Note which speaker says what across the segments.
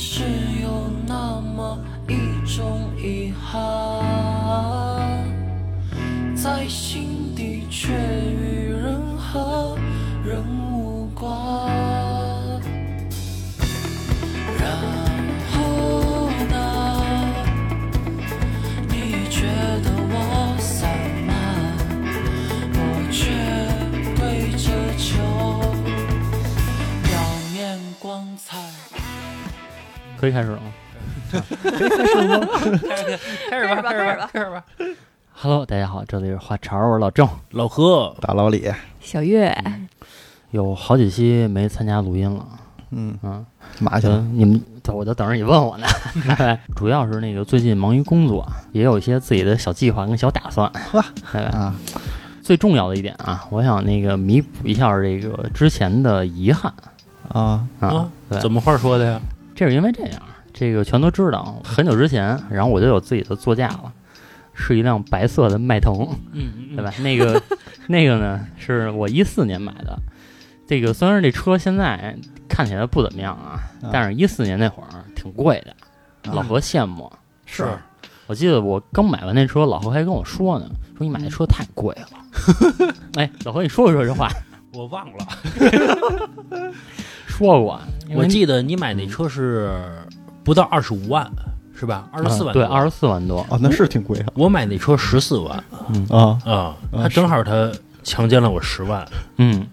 Speaker 1: 是有那么一种遗憾，在心底却与任何人无关。然后呢？你觉得我散漫，我却跪着求表面光彩。
Speaker 2: 可以开始了吗
Speaker 3: 开始吧，开始吧，开始吧。
Speaker 2: ？Hello，大家好，这里是花潮，我是老郑。
Speaker 4: 老何，
Speaker 5: 大老李，
Speaker 3: 小月，
Speaker 2: 有好几期没参加录音了，
Speaker 5: 嗯，
Speaker 2: 嗯，
Speaker 5: 马
Speaker 2: 就
Speaker 5: 去了，
Speaker 2: 你们，我就等着你问我呢。 主要是那个最近忙于工作，也有一些自己的小计划跟小打算。
Speaker 5: 呵
Speaker 2: 拜拜
Speaker 5: 啊，
Speaker 2: 最重要的一点啊，我想那个弥补一下这个之前的遗憾
Speaker 5: 啊，
Speaker 2: 啊
Speaker 4: 啊。
Speaker 2: 对，
Speaker 4: 怎么话说的呀？
Speaker 2: 这是因为这样，这个全都知道。很久之前，然后我就有自己的座驾了，是一辆白色的迈腾。
Speaker 4: 嗯
Speaker 2: 对吧？那个 那个呢，是我一四年买的。这个虽然这车现在看起来不怎么样啊，
Speaker 5: 啊
Speaker 2: 但是一四年那会儿挺贵的，
Speaker 5: 啊
Speaker 2: 老何羡慕。
Speaker 4: 是
Speaker 2: 我记得我刚买完那车，老何还跟我说呢，说你买那车太贵了。 哎，老何，你说不说这话？
Speaker 4: 我忘了，
Speaker 2: 说过，因为嗯
Speaker 4: 我记得你买那车是不到二十五万，是吧？二十四
Speaker 2: 嗯
Speaker 4: 万，
Speaker 2: 对，二。十四万多。
Speaker 5: 哦，那是挺贵的
Speaker 4: 我买那车十四万
Speaker 5: 啊，
Speaker 4: 啊，
Speaker 5: 啊
Speaker 4: 他正好他强奸了我十万，
Speaker 2: 嗯，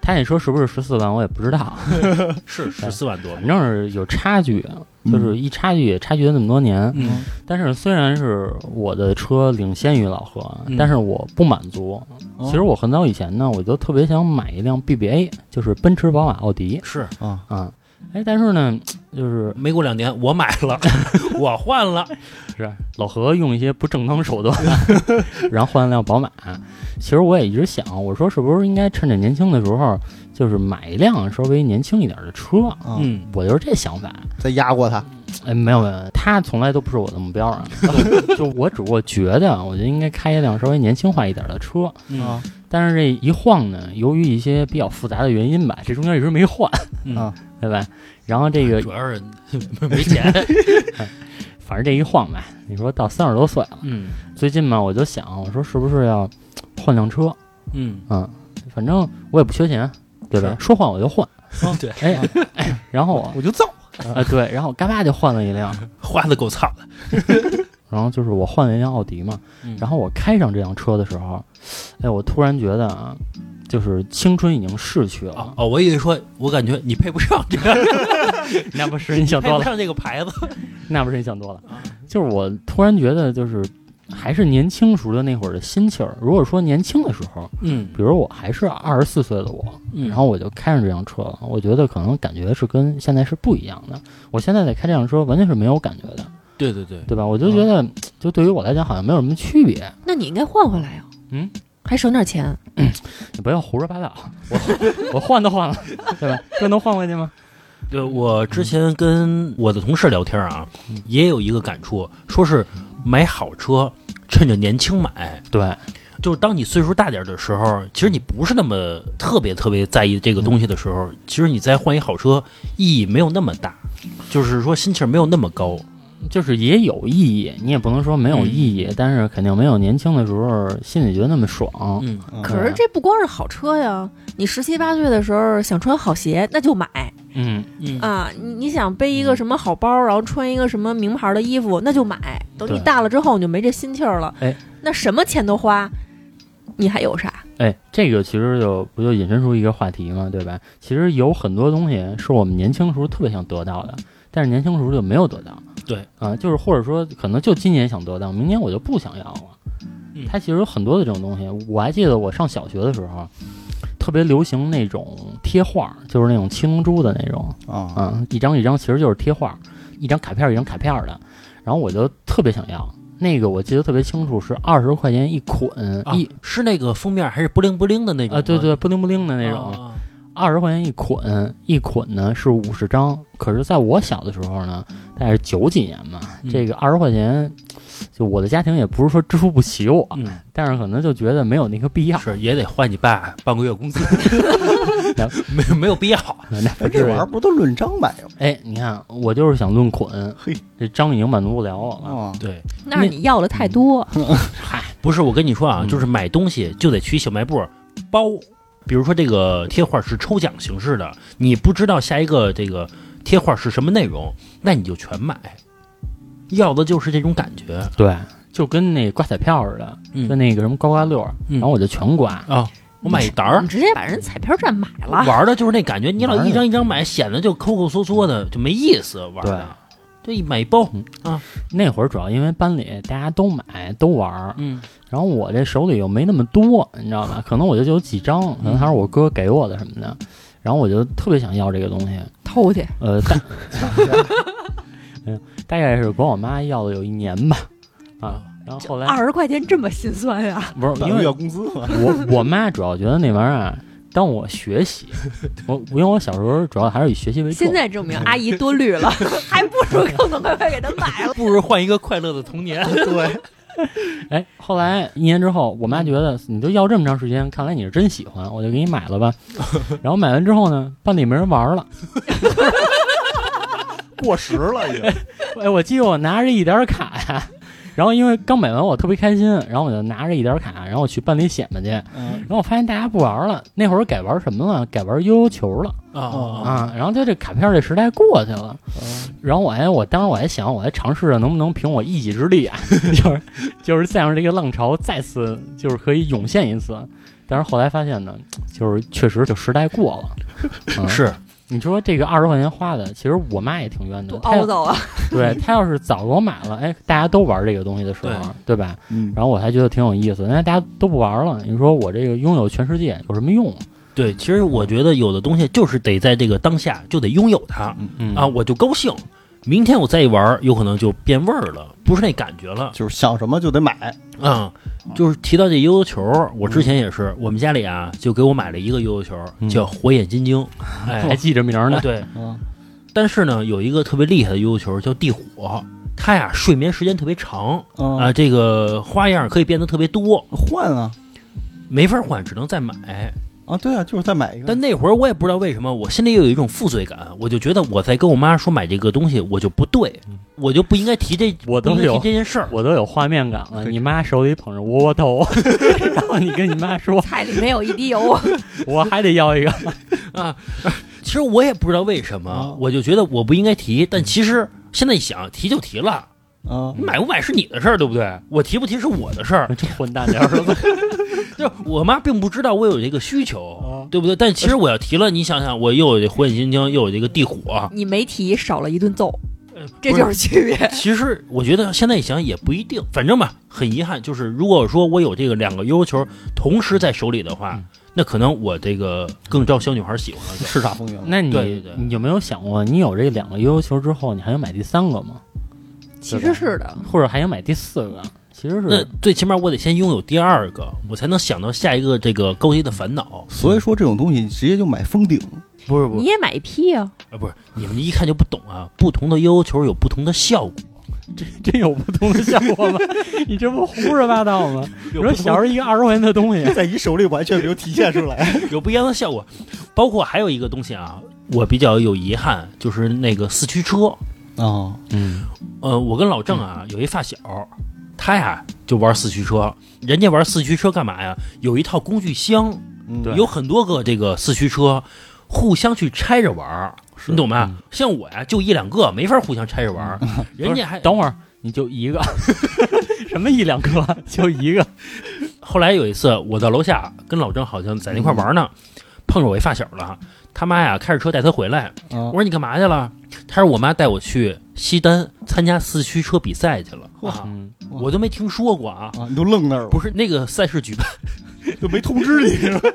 Speaker 2: 他那车是不是十四万，我也不知道。
Speaker 4: 是十四万多
Speaker 2: 反。正是嗯有差距，啊就是一差距也差距了那么多年。
Speaker 4: 嗯，
Speaker 2: 但是虽然是我的车领先于老何，
Speaker 4: 嗯哦
Speaker 2: 但是我不满足。其实我很早以前呢，我就特别想买一辆 BBA，就是奔驰、宝马、奥迪
Speaker 4: 是
Speaker 5: 啊，
Speaker 2: 啊。哎，但是呢，就是
Speaker 4: 没过两年我买了， 我换了。
Speaker 2: 是老何用一些不正当手段， 然后换了辆宝马。其实我也一直想，我说是不是应该趁着年轻的时候，就是买一辆稍微年轻一点的车？
Speaker 5: 啊，
Speaker 4: 嗯，
Speaker 2: 我就是这想法。
Speaker 5: 再压过他，
Speaker 2: 哎，没有没有，他从来都不是我的目标啊。 就我只不过觉得，啊我就应该开一辆稍微年轻化一点的车。
Speaker 4: 嗯
Speaker 5: 啊
Speaker 2: 但是这一晃呢，由于一些比较复杂的原因吧，这中间一直没换，
Speaker 4: 嗯
Speaker 5: 啊，
Speaker 2: 对吧？然后这个
Speaker 4: 主要是 没钱。
Speaker 2: 反正这一晃吧，你说到三十多岁了，
Speaker 4: 嗯
Speaker 2: 最近嘛，我就想，我说是不是要换辆车？
Speaker 4: 嗯，
Speaker 2: 嗯，反正我也不缺钱，对吧？说换我就换。
Speaker 4: 对，
Speaker 2: 哎，哎然后我
Speaker 5: 哦我就造，
Speaker 2: 啊、对，然后嘎巴就换了一辆，
Speaker 4: 花的够操的。
Speaker 2: 然后就是我换了一辆奥迪嘛。嗯然后我开上这辆车的时候，哎，我突然觉得啊，就是青春已经逝去
Speaker 4: 哦
Speaker 2: 了，
Speaker 4: 哦，我以为说，我感觉你配不上 这个，
Speaker 2: 那不 是你啊想
Speaker 4: 配
Speaker 2: 多
Speaker 4: 不
Speaker 2: 了，
Speaker 4: 上这个牌子。
Speaker 2: 那不是你想多了，就是我突然觉得就是。还是年轻时候的那会儿的心气儿。如果说年轻的时候，
Speaker 4: 嗯
Speaker 2: 比如我还是二十四岁的我，
Speaker 4: 嗯
Speaker 2: 然后我就开上这辆车了，我觉得可能感觉是跟现在是不一样的。我现在在开这辆车，完全是没有感觉的，
Speaker 4: 对对对，
Speaker 2: 对吧？我就觉得，就对于我来讲，好像没有什么区别。
Speaker 3: 那你应该换回来呀，
Speaker 2: 嗯，
Speaker 3: 还省点钱。
Speaker 2: 你不要胡说八道，我我 换都换了，对吧？这能换回去吗？
Speaker 4: 对，呃我之前跟我的同事聊天啊，也有一个感触，说是买好车，趁着年轻买。
Speaker 2: 对，
Speaker 4: 就是当你岁数大点的时候，其实你不是那么特别特别在意这个东西的时候，其实你再换一好车意义没有那么大，就是说心气儿没有那么高。
Speaker 2: 就是也有意义，你也不能说没有意义，但是肯定没有年轻的时候心里觉得那么爽。
Speaker 4: 嗯，
Speaker 3: 可是这不光是好车呀，你十七八岁的时候想穿好鞋，那就买
Speaker 2: 嗯，
Speaker 4: 嗯
Speaker 3: 啊！你你想背一个什么好包，然后穿一个什么名牌的衣服，那就买。等你
Speaker 2: 对
Speaker 3: 大了之后，你就没这心气儿了。
Speaker 2: 哎，
Speaker 3: 那什么钱都花，你还有啥？
Speaker 2: 哎，这个其实就不就引申出一个话题嘛，对吧？其实有很多东西是我们年轻时候特别想得到的，但是年轻时候就没有得到。
Speaker 4: 对
Speaker 2: 啊、就是或者说可能就今年想得到，明年我就不想要了。
Speaker 4: 嗯
Speaker 2: 它其实有很多的这种东西，我还记得我上小学的时候，特别流行那种贴画，就是那种七龙珠的那种，
Speaker 5: 啊，
Speaker 2: 嗯，一张一张其实就是贴画，一张卡片儿一张卡片儿的。然后我就特别想要那个，我记得特别清楚，是二十块钱一捆、
Speaker 4: 啊
Speaker 2: 一，
Speaker 4: 是那个封面还是不灵不灵的那种
Speaker 2: 啊，对对，不灵不灵的那种，
Speaker 4: 啊
Speaker 2: 二十、块钱一捆，一捆呢是五十张。可是在我小的时候呢，大概是九几年嘛，
Speaker 4: 嗯
Speaker 2: 这个二十块钱就我的家庭也不是说支付不起我，
Speaker 4: 嗯，
Speaker 2: 但是可能就觉得没有那个必要，
Speaker 4: 是也得换你爸半个 月工资
Speaker 2: 那，
Speaker 4: 没没有必要。
Speaker 2: 那不
Speaker 5: 哎
Speaker 2: 至
Speaker 5: 这
Speaker 2: 于
Speaker 5: 玩意。儿不都论章买吗？
Speaker 2: 哎，你看，我就是想论捆，
Speaker 5: 嘿，
Speaker 2: 这章已经满足不了我了。
Speaker 5: 啊，
Speaker 4: 对，
Speaker 3: 那是你要的太多，
Speaker 2: 嗨、
Speaker 4: 不是我跟你说啊，
Speaker 2: 嗯
Speaker 4: 就是买东西就得去小卖部包，比如说这个贴画是抽奖形式的，你不知道下一个这个贴画是什么内容，那你就全买。要的就是这种感觉，
Speaker 2: 对，就跟那刮彩票似的，
Speaker 4: 嗯
Speaker 2: 就那个什么刮刮乐，
Speaker 4: 嗯
Speaker 2: 然后我就全刮。
Speaker 4: 啊，我买一沓儿
Speaker 3: 你，直接把人彩票站买了。
Speaker 4: 玩的就是那感觉，你老
Speaker 2: 玩儿
Speaker 4: 一张一张买，显得就抠抠缩缩的，就没意思玩儿的。对，买一包，
Speaker 2: 那会儿主要因为班里大家都买都玩儿，
Speaker 4: 嗯，
Speaker 2: 然后我这手里又没那么多，你知道 吧？可能我就有几张，可能还是我哥给我的什么的，然后我就特别想要这个东西。
Speaker 3: 偷去，
Speaker 2: 呃， 大，嗯，大概是管我妈要了有一年吧，啊，然后后来
Speaker 3: 二十块钱这么心酸啊呀？
Speaker 2: 不是
Speaker 5: 半
Speaker 2: 因
Speaker 5: 个
Speaker 2: 为
Speaker 5: 月工资嘛。
Speaker 2: 我我妈主要觉得那玩意儿啊，当我学 习，我因为我小时候主要还是以学习为重
Speaker 3: 现，在证明阿姨多虑了，还不如坑坑快快给他 买了。
Speaker 4: 不如换一个快乐的童年。
Speaker 5: 对，
Speaker 2: 哎，后来一年之后，我妈觉得你都要这么长时间，看来你是真喜欢，我就给你买了 吧。然后买完之后呢，班里没人玩了。
Speaker 5: 过时了已经。
Speaker 2: 哎，我记得我拿着一点卡呀，然后因为刚买完我特别开心，然后我就拿着一点卡，然后我去班里显摆去。然
Speaker 5: 嗯，
Speaker 2: 后我发现大家不玩了，那会儿改玩什么了？改玩悠悠球了
Speaker 4: 啊
Speaker 2: 啊。然后就这卡片这时代过去了。
Speaker 5: 嗯
Speaker 2: 然后我还我当时我还想，我还尝试着能不能凭我一己之力啊， 就是就是再让这个浪潮再次就是可以涌现一次。但是后来发现呢，就是确实就时代过了。
Speaker 5: 啊
Speaker 2: 嗯、，
Speaker 4: 是
Speaker 2: 你说这个二十块钱花的，其实我妈也挺冤的
Speaker 3: 多。
Speaker 2: 她
Speaker 3: 凹糟啊！
Speaker 2: 对她要是早给我买了，哎，大家都玩这个东西的时候，对吧？
Speaker 5: 嗯，
Speaker 2: 然后我才觉得挺有意思。但是大家都不玩了，你说我这个拥有全世界有什么用？
Speaker 4: 对，其实我觉得有的东西就是得在这个当下就得拥有它
Speaker 2: 嗯
Speaker 4: 啊，我就高兴。明天我再一玩儿，有可能就变味儿了，不是那感觉了。
Speaker 5: 就是想什么就得买。
Speaker 4: 啊。就是提到这悠悠球，我之前也是，我们家里啊就给我买了一个悠悠球，
Speaker 2: 嗯
Speaker 4: 叫火眼金 睛。
Speaker 2: 还
Speaker 4: 哎，
Speaker 2: 记着名儿呢。
Speaker 4: 对，
Speaker 5: 嗯
Speaker 4: 但是呢，有一个特别厉害的悠悠球叫地火，它呀睡眠时间特别长啊、
Speaker 5: 嗯，
Speaker 4: 这个花样可以变得特别多，
Speaker 5: 换啊
Speaker 4: 没法换，只能再
Speaker 2: 嗯
Speaker 4: 买。
Speaker 5: 啊，对啊，就是再买一个。
Speaker 4: 但那会儿我也不知道为什么，我心里又有一种负罪感，我就觉得我在跟我妈说买这个东西，我就不对，我就不应该提这，
Speaker 2: 嗯我都
Speaker 4: 不应该
Speaker 2: 有
Speaker 4: 提这件事儿。
Speaker 2: 我都有画面感了。你妈手里捧着窝窝 头， 然后你跟你妈说，
Speaker 3: 菜里没有一滴油，
Speaker 2: 我还得要一 个。，
Speaker 4: 其实我也不知道为什么
Speaker 5: 哦，
Speaker 4: 我就觉得我不应该提，但其实现在一想，提就提了，
Speaker 5: 嗯，
Speaker 4: 买不买是你的事儿，对不对？我提不提是我的事儿
Speaker 2: 这混蛋的儿子，
Speaker 4: 就是我妈并不知道我有这个需求，对不对？但其实我要提了，你想想，我又有这火眼金睛，又有这个地火，
Speaker 3: 你没提少了一顿揍，这
Speaker 4: 不
Speaker 3: 呃 就是区别。
Speaker 4: 其实我觉得现在一想也不一定，反正吧，很遗憾，就是如果说我有这个两个悠悠球同时在手里的话，
Speaker 2: 嗯
Speaker 4: 那可能我这个更招小女孩喜欢了。
Speaker 5: 叱咤风云了。
Speaker 2: 那你
Speaker 4: 对对对
Speaker 2: 你有没有想过，你有这两个悠悠球之后，你还想买第三个吗？
Speaker 3: 其实是的，
Speaker 2: 或者还想买第四个？啊其实
Speaker 4: 那
Speaker 2: 是
Speaker 4: 最起码我得先拥有第二个，我才能想到下一个这个高低的烦恼。
Speaker 5: 所以说这种东西你直接就买封顶。
Speaker 4: 不是
Speaker 3: 你，也买一批啊！
Speaker 4: 啊不是，你们一看就不懂啊！不同的悠悠球有不同的效果。
Speaker 2: 真有不同的效果吗？ 你这不胡说八道吗？你说小时候一个二十块钱的东 西，
Speaker 5: 在你手里完全没有体现出 来。
Speaker 4: 有不一样的效果，包括还有一个东西啊，我比较有遗憾，就是那个四驱车。
Speaker 5: 哦，
Speaker 2: 嗯，
Speaker 4: 呃，我跟老郑啊有一发小，他呀就玩四驱车，人家玩四驱车干嘛呀？有一套工具箱，
Speaker 5: 嗯
Speaker 2: 对
Speaker 4: 有很多个这个四驱车，互相去拆着玩儿，你懂吗？像我呀就一两个，没法互相拆着玩儿， 人家还
Speaker 2: 等会儿你就一个， 什么一两个 就一个，
Speaker 4: 后来有一次，我到楼下跟老郑好像在那块玩呢，碰着我一发小了，他妈呀开着车带他回来，我
Speaker 5: 嗯
Speaker 4: 说你干嘛去了？他说我妈带我去西单参加四驱车比赛去了，啊
Speaker 2: 嗯，
Speaker 5: 哇
Speaker 4: 我都没听说过啊。
Speaker 5: 啊，你都愣那儿了，
Speaker 4: 不是那个赛事举办
Speaker 5: 就没通知你是吧？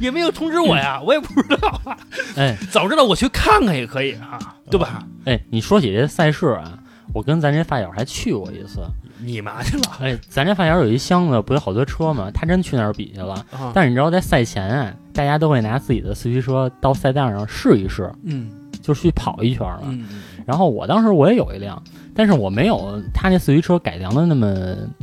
Speaker 4: 也没有通知我呀，我也不知道啊。
Speaker 2: 哎
Speaker 4: 早知道我去看看也可以啊，对吧？
Speaker 2: 哎，你说起这赛事啊，我跟咱这发小还去过一次，
Speaker 4: 你妈去了
Speaker 2: 哎，咱这饭小有一箱子，不有好多车吗？他真去那儿比去了。
Speaker 4: 啊？
Speaker 2: 但是你知道，在赛前啊，大家都会拿自己的四驱车到赛道上试一试，
Speaker 4: 嗯
Speaker 2: 就是去跑一圈嘛。
Speaker 4: 嗯
Speaker 2: 然后我当时我也有一辆，但是我没有他那四驱车改良的那么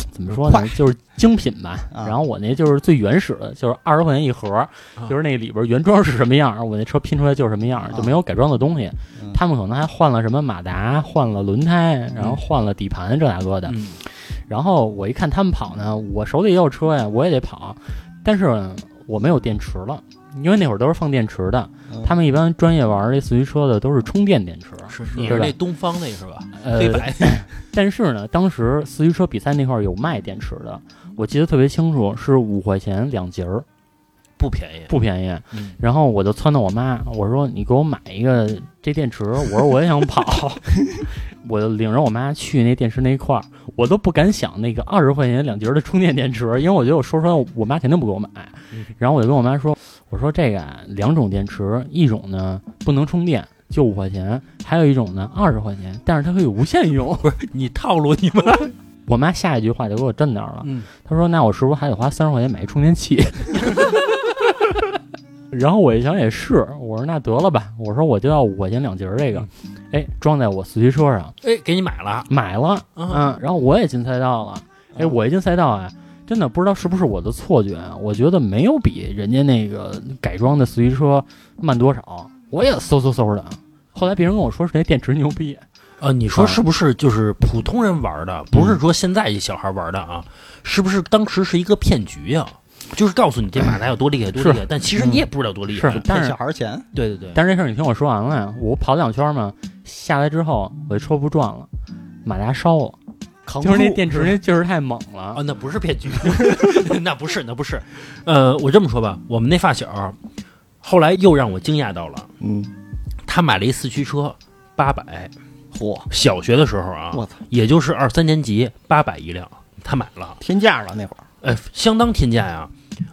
Speaker 2: 怎么说呢
Speaker 5: 快，
Speaker 2: 就是精品吧。
Speaker 5: 啊
Speaker 2: 然后我那就是最原始的，就是二十块钱一盒，
Speaker 4: 啊
Speaker 2: 就是那里边原装是什么样，我那车拼出来就是什么样，就没有改装的东西。
Speaker 4: 啊
Speaker 5: 嗯
Speaker 2: 他们可能还换了什么马达，换了轮胎，然后换了底盘这那个的。
Speaker 4: 嗯
Speaker 2: 然后我一看他们跑呢，我手里也有车呀，我也得跑，但是我没有电池了，因为那会儿都是放电池的。
Speaker 4: 嗯
Speaker 5: 嗯
Speaker 2: 他们一般专业玩这四驱车的都是充电电池，
Speaker 4: 是
Speaker 2: 是
Speaker 4: 你是
Speaker 2: 吧
Speaker 4: 那东方那是吧？
Speaker 2: 呃
Speaker 4: 黑，白
Speaker 2: 但是呢，当时四驱车比赛那块儿有卖电池的，我记得特别清楚，是五块钱两节儿，
Speaker 4: 不便宜。
Speaker 2: 不便宜。
Speaker 4: 嗯
Speaker 2: 然后我就撺掇我妈，我说你给我买一个这电池，我说我也想跑， 我就领着我妈去那电池那一块儿，我都不敢想那个二十块钱两节儿的充电电池，因为我觉得我说出来我妈肯定不给我买
Speaker 4: 嗯。
Speaker 2: 然后我就跟我妈说，我说这个啊两种电池，一种呢不能充电。就五块钱，还有一种呢，二十块钱，但是它可以无限用。
Speaker 4: 你套路你们了，
Speaker 2: 我妈下一句话就给我震那儿了，
Speaker 4: 嗯
Speaker 2: 她说：“那我是不是还得花三十块钱买一充电器？”然后我一想也是，我说那得了吧，我说我就要五块钱两节儿这个，
Speaker 4: 嗯
Speaker 2: 哎，装在我四驱车上
Speaker 4: 哎，给你买了，
Speaker 2: 买了，
Speaker 4: 嗯
Speaker 2: 嗯，然后我也进赛道了，哎，我一进赛道啊，真的不知道是不是我的错觉啊，我觉得没有比人家那个改装的四驱车慢多少，我也嗖嗖嗖的。后来别人跟我说是那电池牛逼，
Speaker 4: 呃，你说是不是就是普通人玩的，不是说现在一小孩玩的啊？是不是当时是一个骗局呀、就是告诉你这马达有多厉害，多厉害，但其实你也不知道多厉害。
Speaker 2: 是但
Speaker 5: 骗
Speaker 2: 是
Speaker 5: 小孩钱，
Speaker 4: 对对对，
Speaker 2: 但是这事儿你听我说完了呀，我跑两圈嘛，下来之后我这车不转了，马达烧了，
Speaker 4: 扛
Speaker 2: 就是那
Speaker 4: 住
Speaker 2: 电池那劲儿太猛了
Speaker 4: 啊，。那不是骗 局，那不是，那不是。呃，我这么说吧，我们那发小后来又让我惊讶到了，
Speaker 5: 嗯，
Speaker 4: 他买了一四驱车，八百，
Speaker 5: 嚯，
Speaker 4: 小学的时候啊，
Speaker 5: 我操，
Speaker 4: 也就是二三年级，八百一辆，他买了。
Speaker 5: 天价了那会儿，
Speaker 4: 呃，相当天价呀。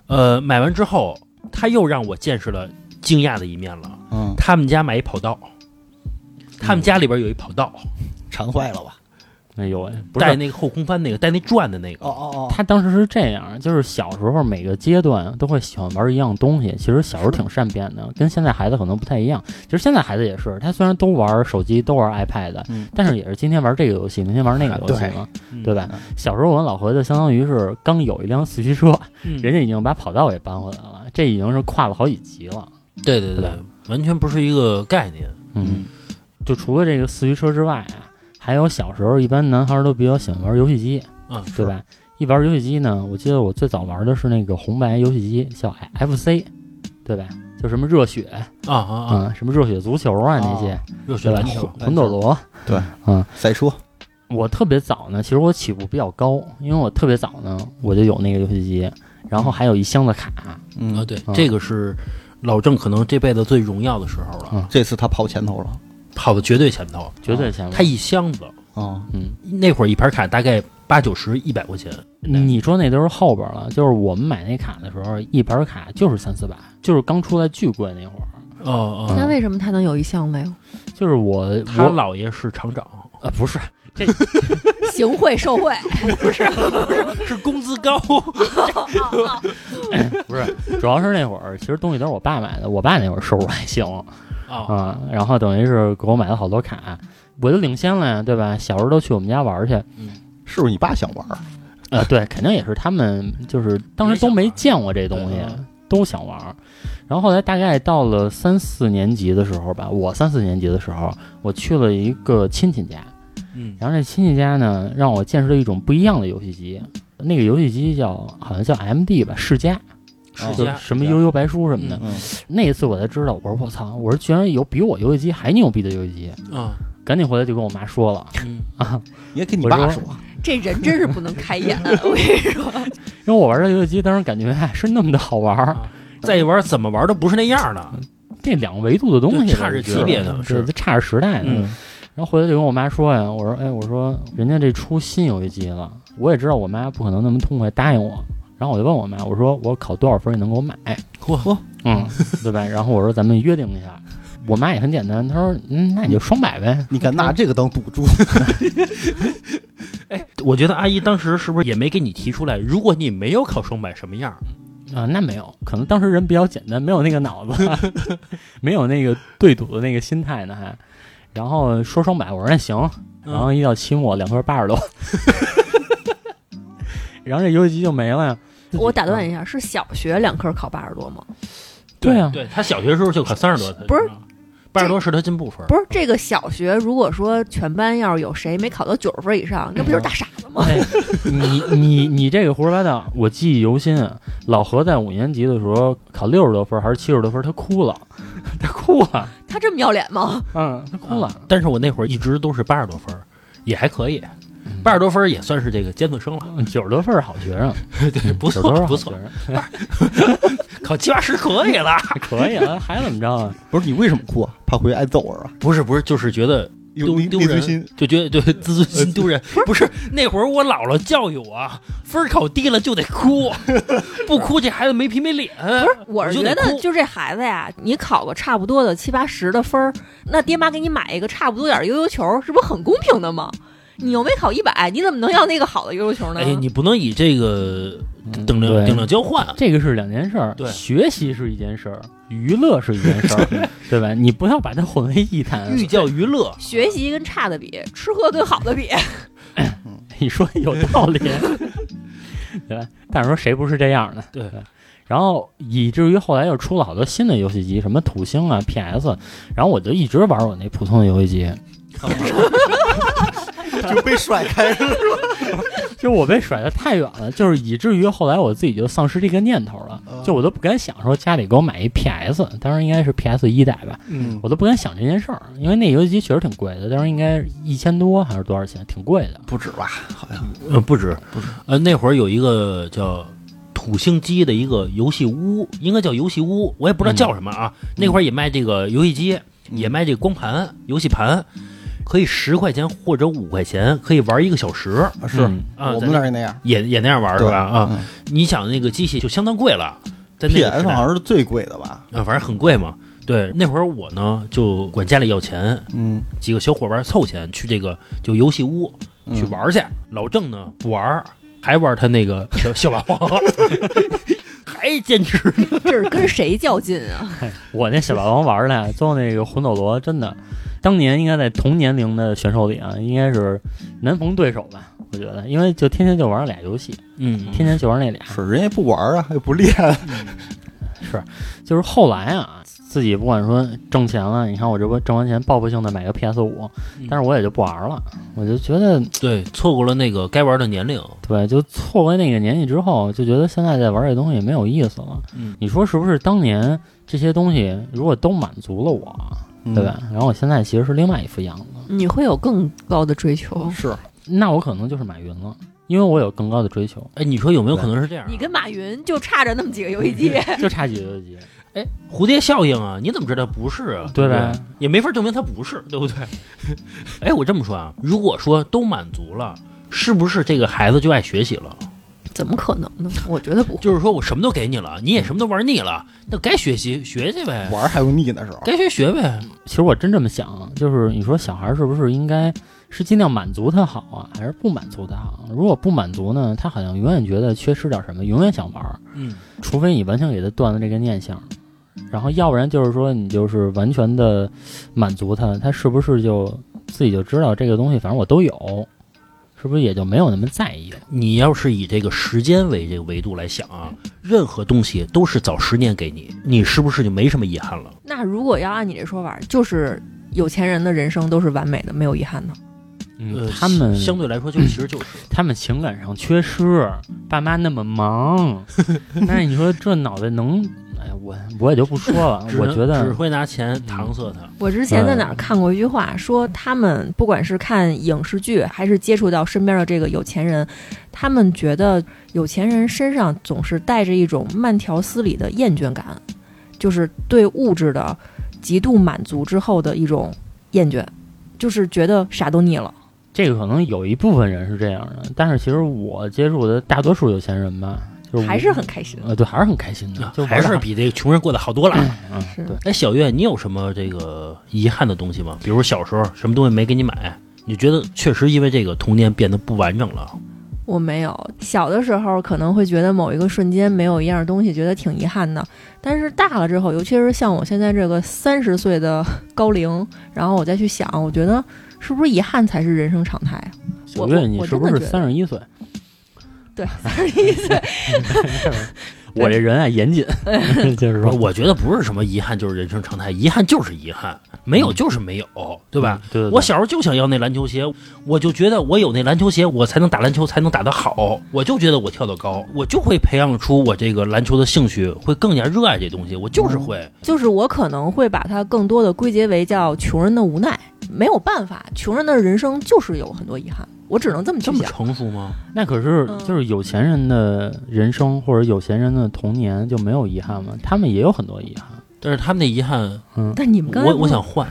Speaker 4: 呃，买完之后，他又让我见识了惊讶的一面了。
Speaker 5: 嗯，
Speaker 4: 他们家买一跑道，他们家里边有一跑道，
Speaker 2: 嗯
Speaker 5: 馋坏了吧？
Speaker 2: 哎呦喂，不
Speaker 4: 带
Speaker 2: 是，
Speaker 4: 那个后空翻那个，带那转的那个。
Speaker 5: 哦
Speaker 2: 他当时是这样，就是小时候每个阶段都会喜欢玩一样东西。其实小时候挺善变的，跟现在孩子可能不太一样。其实现在孩子也是，他虽然都玩手机，都玩 iPad，、
Speaker 5: 嗯
Speaker 2: 但是也是今天玩这个游戏，明天玩那个游戏嘛，
Speaker 4: 嗯
Speaker 2: 对吧？小时候我跟老何就相当于是刚有一辆四驱车，
Speaker 4: 嗯
Speaker 2: 人家已经把跑道给搬回来了，这已经是跨了好几级了。
Speaker 4: 对对
Speaker 2: 对
Speaker 4: 对
Speaker 2: 吧，
Speaker 4: 完全不是一个概念。
Speaker 2: 嗯，就除了这个四驱车之外啊，还有小时候一般男孩都比较喜欢玩游戏机，
Speaker 4: 嗯，
Speaker 2: 对吧？一玩游戏机呢，我记得我最早玩的是那个红白游戏机，叫 FC，对吧？就什么热血
Speaker 4: 啊啊啊！
Speaker 2: 嗯，什么热血足球啊那些，
Speaker 4: 热血
Speaker 2: 对吧？
Speaker 4: 篮
Speaker 2: 魂
Speaker 4: 球，
Speaker 2: 魂斗罗，
Speaker 5: 对，
Speaker 2: 嗯，
Speaker 5: 赛车，
Speaker 2: 我特别早呢，其实我起步比较高，因为我特别早呢，我就有那个游戏机，然后还有一箱子卡，
Speaker 4: 啊，
Speaker 5: 嗯，
Speaker 4: 对，
Speaker 2: 嗯
Speaker 4: 这个是老郑可能这辈子最荣耀的时候了，
Speaker 2: 嗯
Speaker 5: 这次他跑前头了，
Speaker 4: 跑的绝对前头。嗯
Speaker 2: 绝对前面。
Speaker 4: 他一箱子，
Speaker 5: 啊，
Speaker 2: 嗯，
Speaker 4: 那会儿一盘卡大概八九十、一百块钱，
Speaker 2: 你说那都是后边了，就是我们买那卡的时候，一盘卡就是三四百，就是刚出来巨贵那会儿。
Speaker 4: 哦哦，
Speaker 3: 那为什么他能有一箱子呀？
Speaker 2: 就是我
Speaker 4: 他
Speaker 2: 我
Speaker 4: 姥爷是厂长，
Speaker 2: 呃不是
Speaker 3: 行贿受贿，
Speaker 4: 是工资高，
Speaker 2: 不是，主要是那会儿其实东西都是我爸买的，我爸那会儿收入还行
Speaker 4: 啊、
Speaker 2: 啊、然后等于是给我买了好多卡，我就领先了呀，对吧？小时候都去我们家玩儿去，
Speaker 5: 是不是你爸想玩儿？
Speaker 2: 呃，对，肯定也是他们就是当时都没见过这东西
Speaker 4: 也想玩对，
Speaker 2: 都想玩儿。然后后来大概到了三四年级的时候吧，我三四年级的时候，我去了一个亲戚家，
Speaker 4: 嗯，
Speaker 2: 然后这亲戚家呢，让我见识了一种不一样的游戏机，那个游戏机叫好像叫 MD 吧，世嘉。
Speaker 5: 世
Speaker 2: 就
Speaker 4: 家
Speaker 2: 什么悠悠白书什么的。
Speaker 5: 嗯，
Speaker 2: 那一次我才知道，我说我操，我说居然有比我游戏机还牛逼的游戏机，
Speaker 4: 啊，
Speaker 2: 赶紧回来就跟我妈说了，
Speaker 4: 嗯，
Speaker 5: 你也跟你爸
Speaker 2: 我
Speaker 5: 说，
Speaker 3: 这人真是不能开眼。啊我跟你说，
Speaker 2: 因为我玩这游戏机当时感觉哎是那么的好玩儿，
Speaker 4: 再一玩怎么玩都不是那样的，
Speaker 2: 这两个维度的东西
Speaker 4: 就差着
Speaker 2: 我觉得
Speaker 4: 级别呢
Speaker 2: 对
Speaker 4: 是
Speaker 2: 就差着时代呢。
Speaker 4: 嗯
Speaker 2: 然后回来就跟我妈说呀，我说哎，我说人家这出新游戏机了，我也知道我妈不可能那么痛快答应我。然后我就问我妈，我说我考多少分你能给我买？
Speaker 4: 嚯，
Speaker 2: 嗯， 对吧？然后我说咱们约定一下。我妈也很简单，她说嗯，那你就双百呗。
Speaker 5: 你敢拿这个当赌注？
Speaker 4: 我觉得阿姨当时是不是也没给你提出来，如果你没有考双百什么样？
Speaker 2: 啊、那没有，可能当 时人比较简单，没有那个脑子，没有那个对赌的那个心态呢还。然后说双百，我说那行，
Speaker 4: 嗯
Speaker 2: 然
Speaker 4: 哦
Speaker 2: 后一到期末两块 八十多，然后这游戏机就没了呀。
Speaker 3: 我打断一下，是小学两科考八十多吗？
Speaker 2: 对啊
Speaker 4: 对他小学时候就考三十多，他
Speaker 3: 不是
Speaker 4: 八十多是他进步分儿，
Speaker 3: 不是这个小学，如果说全班要是有谁没考到九十分以上，那不就是大傻子吗？
Speaker 2: 哎，你你你这个胡说八道，我记忆犹新啊。老何在五年级的时候考六十多分儿还是七十多分儿，他哭了，他哭 了，
Speaker 3: 他这么要脸吗？
Speaker 2: 嗯，他哭了。
Speaker 4: 但是我那会儿一直都是八十多分儿，也还可以，八十多分儿也算是这个尖子生了，
Speaker 2: 九十多分儿好学生，
Speaker 4: 对，不
Speaker 2: 九十多分儿
Speaker 4: 错
Speaker 2: 好
Speaker 4: 不错
Speaker 2: 学，生，
Speaker 4: 考七八十可以了。
Speaker 2: 可以啊，还怎么着 啊？
Speaker 5: 不是你为什么哭啊？怕回去挨揍啊？
Speaker 4: 不是不是，就是觉得
Speaker 5: 有
Speaker 4: 丢
Speaker 5: 内
Speaker 4: 丢
Speaker 5: 内
Speaker 4: 人
Speaker 5: 存 心，呃
Speaker 4: 就觉得对自尊心丢人。不是那会儿我姥姥教育我啊，分儿考低了就得 哭，不哭这孩子没皮没脸。
Speaker 3: 不是， 我是
Speaker 4: 就
Speaker 3: 觉
Speaker 4: 得
Speaker 3: 得
Speaker 4: 哭
Speaker 3: 就这孩子呀，你考个差不多的七八十的分儿，那爹妈给你买一个差不多点儿悠悠球，是不是很公平的吗？你又没考一百，你怎么能要那个好的悠悠球呢？
Speaker 4: 哎，你不能以这个
Speaker 2: 嗯
Speaker 4: 等量
Speaker 2: 对
Speaker 4: 等量交换。
Speaker 2: 这个是两件事儿，
Speaker 4: 对
Speaker 2: 学习是一件事儿，娱乐是一件事儿， 对吧？你不要把它混为一谈。啊
Speaker 4: 寓教 于乐，
Speaker 3: 学习跟差的比，吃喝跟好的 比，
Speaker 2: 你说有道理，对吧？但是说谁不是这样的？
Speaker 4: 对
Speaker 2: 然后以至于后来又出了好多新的游戏机，什么土星啊、PS，然后我就一直玩我那普通的游戏机，
Speaker 5: 就被甩开了。
Speaker 2: 就我被甩得太远了，就是以至于后来我自己就丧失这个念头了，就我都不敢想说家里给我买一 PS，当时应该是 PS 一代吧，
Speaker 5: 嗯，
Speaker 2: 我都不敢想这件事儿，因为那游戏机确实挺贵的，当时应该一千多还是多少钱，挺贵的。
Speaker 5: 不止吧？好像
Speaker 4: 呃，不止，呃，那会儿有一个叫土星机的一个游戏屋，应该叫游戏屋，我也不知道叫什么啊。那会儿也卖这个游戏机，也卖这个光盘、游戏盘，可以十块钱或者五块钱可以玩一个小时
Speaker 5: 啊是
Speaker 2: 嗯
Speaker 4: 啊。
Speaker 5: 我
Speaker 4: 在
Speaker 5: 们那儿也那样。
Speaker 4: 也也那样玩是
Speaker 5: 对
Speaker 4: 吧？啊，
Speaker 5: 嗯
Speaker 4: 你想那个机器就相当贵了，在那个时
Speaker 5: ，PS
Speaker 4: 代
Speaker 5: 好像是最贵的吧？
Speaker 4: 啊，反正很贵嘛。对，那会儿我呢就管家里要钱，
Speaker 5: 嗯，
Speaker 4: 几个小伙伴凑钱去这个就游戏屋
Speaker 5: 嗯
Speaker 4: 去玩去。老郑呢不玩儿，还玩他那个 小小霸王， 还坚持。
Speaker 3: 这是跟谁较劲啊？
Speaker 2: 我那小霸王玩的呀，最后那个魂斗罗真的，当年应该在同年龄的选手里啊，应该是难逢对手吧？我觉得，因为就天天就玩俩游戏，
Speaker 4: 嗯，
Speaker 2: 天天就玩那俩。
Speaker 5: 是人家不玩啊，又不练，
Speaker 2: 就是后来啊，自己不管说挣钱了，你看我这不挣完钱报复性的买个 PS 五，
Speaker 4: 嗯
Speaker 2: 但是我也就不玩了，我就觉得
Speaker 4: 对，错过了那个该玩的年龄。
Speaker 2: 对，就错过那个年纪之后，就觉得现在在玩这东西没有意思了。
Speaker 4: 嗯
Speaker 2: 你说是不是？当年这些东西如果都满足了我，对吧？
Speaker 4: 嗯
Speaker 2: 然后我现在其实是另外一副样子。
Speaker 3: 你会有更高的追求
Speaker 5: 嗯？。是，
Speaker 2: 那我可能就是马云了，因为我有更高的追求，
Speaker 4: 哎，你说有没有可能是这样啊？
Speaker 3: 你跟马云就差着那么几个游戏机，
Speaker 2: 就差几个游戏机。
Speaker 4: 哎，蝴蝶效应啊，你怎么知道不是啊？
Speaker 2: 对
Speaker 4: 不
Speaker 2: 呗
Speaker 4: 也没法证明它不是，对不 对？哎，我这么说啊，如果说都满足了，是不是这个孩子就爱学习了？
Speaker 3: 怎么可能呢？我觉得不会。
Speaker 4: 就是说我什么都给你了，你也什么都玩腻了，那该学习学去呗，
Speaker 5: 玩还不腻那时候。
Speaker 4: 该学学呗。
Speaker 2: 其实我真这么想，就是你说小孩是不是应该是尽量满足他好啊，还是不满足他好？啊如果不满足呢，他好像永远觉得缺失点什么，永远想玩儿，
Speaker 4: 嗯，
Speaker 2: 除非你完全给他断了这个念想，然后要不然就是说你就是完全的满足他，他是不是就自己就知道这个东西，反正我都有，是不是也就没有那么在意了？
Speaker 4: 你要是以这个时间为这个维度来想啊，任何东西都是早十年给你，你是不是就没什么遗憾了？
Speaker 3: 那如果要按你这说法，就是有钱人的人生都是完美的，没有遗憾的。
Speaker 2: 嗯
Speaker 4: 呃，
Speaker 2: 他们
Speaker 4: 相对来说就其实就是，
Speaker 2: 他们情感上缺失，爸妈那么 忙，但是你说这脑袋能？哎，我我也就不说了
Speaker 4: 只，
Speaker 2: 嗯我
Speaker 4: 能
Speaker 2: 觉
Speaker 4: 只
Speaker 2: 得
Speaker 4: 会拿钱搪塞他。
Speaker 3: 我之前在哪儿看过一句
Speaker 2: 嗯
Speaker 3: 话，说他们不管是看影视剧，还是接触到身边的这个有钱人，他们觉得有钱人身上总是带着一种慢条斯理的厌倦感，就是对物质的极度满足之后的一种厌倦，就是觉得啥都腻了。
Speaker 2: 这个可能有一部分人是这样的，但是其实我接触的大多数有钱人吧，就是我
Speaker 3: 还是很开心。
Speaker 2: 呃对，还是很开心的，就玩
Speaker 4: 啊还
Speaker 2: 得
Speaker 4: 是
Speaker 2: 好
Speaker 4: 比这个穷人过得好多了。
Speaker 2: 嗯
Speaker 3: 是
Speaker 2: 对。
Speaker 4: 哎，小月，你有什么这个遗憾的东西吗？比如小时候什么东西没给你买，你觉得确实因为这个童年变得不完整了？
Speaker 3: 我没有，小的时候可能会觉得某一个瞬间没有一样东西，觉得挺遗憾的。但是大了之后，尤其是像我现在这个三十岁的高龄，然后我再去想，我觉得是不是遗憾才是人生常态啊？
Speaker 2: 九
Speaker 3: 我
Speaker 2: 月
Speaker 3: 我
Speaker 2: 你
Speaker 3: 我
Speaker 2: 是
Speaker 3: 真
Speaker 2: 不
Speaker 3: 的
Speaker 2: 是
Speaker 3: 觉得
Speaker 2: 三十一岁？
Speaker 3: 对， 三十一岁，
Speaker 2: 我这人啊严 谨，就是说
Speaker 4: 我觉得不是什么遗憾，就是人生常态。遗憾就是遗憾，没有就是没有，对吧？？
Speaker 2: 对对对
Speaker 4: 我小时候就想要那篮球鞋，我就觉得我有那篮球鞋，我才能打篮球，才能打得好。我就觉得我跳得高，我就会培养出我这个篮球的兴趣，会更加热爱这东西。我就是会，
Speaker 3: 就是我可能会把它更多的归结为叫穷人的无奈，没有办法，穷人的人生就是有很多遗憾，我只能这么去
Speaker 4: 这么
Speaker 3: 想。
Speaker 4: 成熟吗？
Speaker 2: 那可是
Speaker 3: 嗯
Speaker 2: 就是有钱人的人生或者有钱人的童年就没有遗憾吗？他们也有很多遗憾，
Speaker 4: 但是他们的遗憾，
Speaker 2: 嗯，
Speaker 3: 但你们刚才
Speaker 4: 我
Speaker 3: 不
Speaker 4: 我
Speaker 3: 是
Speaker 4: 想换。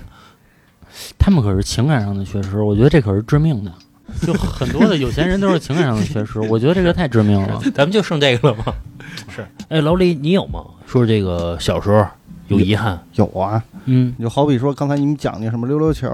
Speaker 2: 他们可是情感上的缺失，我觉得这可是致命的。就很多的有钱人都是情感上的缺失，我觉得这个太致命了。
Speaker 4: 咱们就剩这个了吗？是。哎，老李，你有吗？说这个小时候有遗憾，
Speaker 5: 有啊，
Speaker 4: 嗯，
Speaker 5: 你就好比说刚才你们讲那什么溜溜球、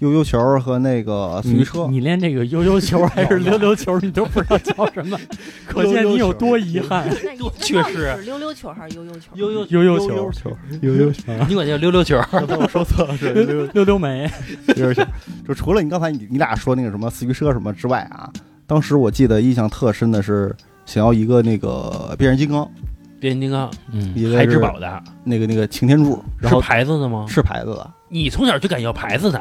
Speaker 5: 悠悠球和那个四驱车，
Speaker 2: 嗯你你连这个悠悠球还是溜溜球你都不知道叫什么， 可见你有多遗憾。
Speaker 3: 那你
Speaker 4: 多
Speaker 3: 那到
Speaker 4: 缺
Speaker 3: 底
Speaker 4: 失啊
Speaker 3: 是溜溜球还是悠悠球？
Speaker 4: 悠悠，
Speaker 2: 悠悠
Speaker 5: 悠
Speaker 2: 球
Speaker 5: 悠，球、
Speaker 2: 悠悠球，
Speaker 4: 你管叫溜溜球，
Speaker 5: 我说错了，是溜
Speaker 2: 溜溜梅，
Speaker 5: 溜球。就除了你刚才你你俩说那个什么四驱车什么之外啊，当时我记得印象特深的是想要一个那个变形金刚，
Speaker 4: 变形金刚，
Speaker 2: 嗯，
Speaker 5: 一个
Speaker 4: 孩
Speaker 5: 是
Speaker 4: 之宝的，
Speaker 5: 那个那个擎天柱，然
Speaker 4: 是
Speaker 5: 后
Speaker 4: 牌子的吗？
Speaker 5: 是牌子的，
Speaker 4: 你从小就敢要牌子的？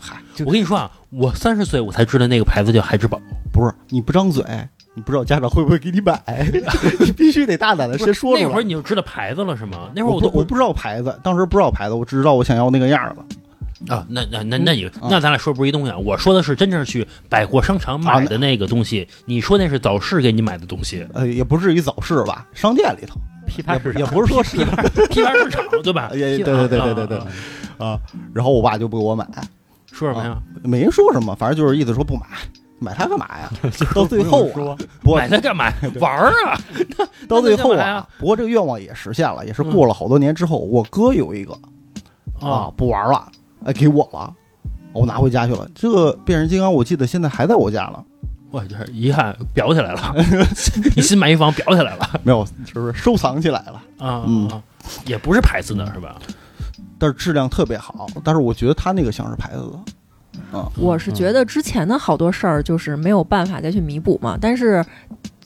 Speaker 5: 嗨，
Speaker 4: 我跟你说啊，我三十岁我才知道那个牌子叫孩之宝。
Speaker 5: 不是你不张嘴，你不知道家长会不会给你买， 你必须得大胆的先说出
Speaker 4: 那
Speaker 5: 来。
Speaker 4: 会儿你就知道牌子了是吗？那会儿
Speaker 5: 我
Speaker 4: 都
Speaker 5: 不我不知道牌子，当时不知道牌子，我只知道我想要那个样儿的
Speaker 4: 啊，那那那那你
Speaker 5: 嗯
Speaker 4: 那咱俩说不是一东西啊？我说的是真正去百货商场买
Speaker 5: 啊
Speaker 4: 的那个东西，你说那是早市给你买的东 西，
Speaker 5: 呃，也不至于早市吧，商店里头
Speaker 2: 批发市
Speaker 5: 也
Speaker 2: 场，
Speaker 5: 不是说 是，
Speaker 4: 批发市场对吧？
Speaker 5: 哎也对对对对对对
Speaker 4: 啊，
Speaker 5: 啊。然后我爸就不给我买，
Speaker 4: 说什么呀？
Speaker 5: 没人说什么，反正就是意思说不买，买它干 嘛呀？到最后啊，
Speaker 2: 说
Speaker 5: 不过
Speaker 4: 买它干嘛？玩儿啊！
Speaker 5: 到最后
Speaker 4: 那就干嘛
Speaker 5: 啊
Speaker 4: 呀，
Speaker 5: 不过这个愿望也实现了，也是过了好多年之后，我哥有一个啊，，不玩了，哎，给我了，我拿回家去了。这个变形金刚我记得现在还在我家呢，
Speaker 4: 我这遗憾裱起来了， 你新买一房裱起来了
Speaker 5: 没有，就是收藏起来了。
Speaker 4: 啊
Speaker 5: 嗯，
Speaker 4: 啊也不是牌子的是吧？
Speaker 5: 但是质量特别好，但是我觉得他那个像是牌子的，
Speaker 3: 我是觉得之前的好多事儿就是没有办法再去弥补嘛，但是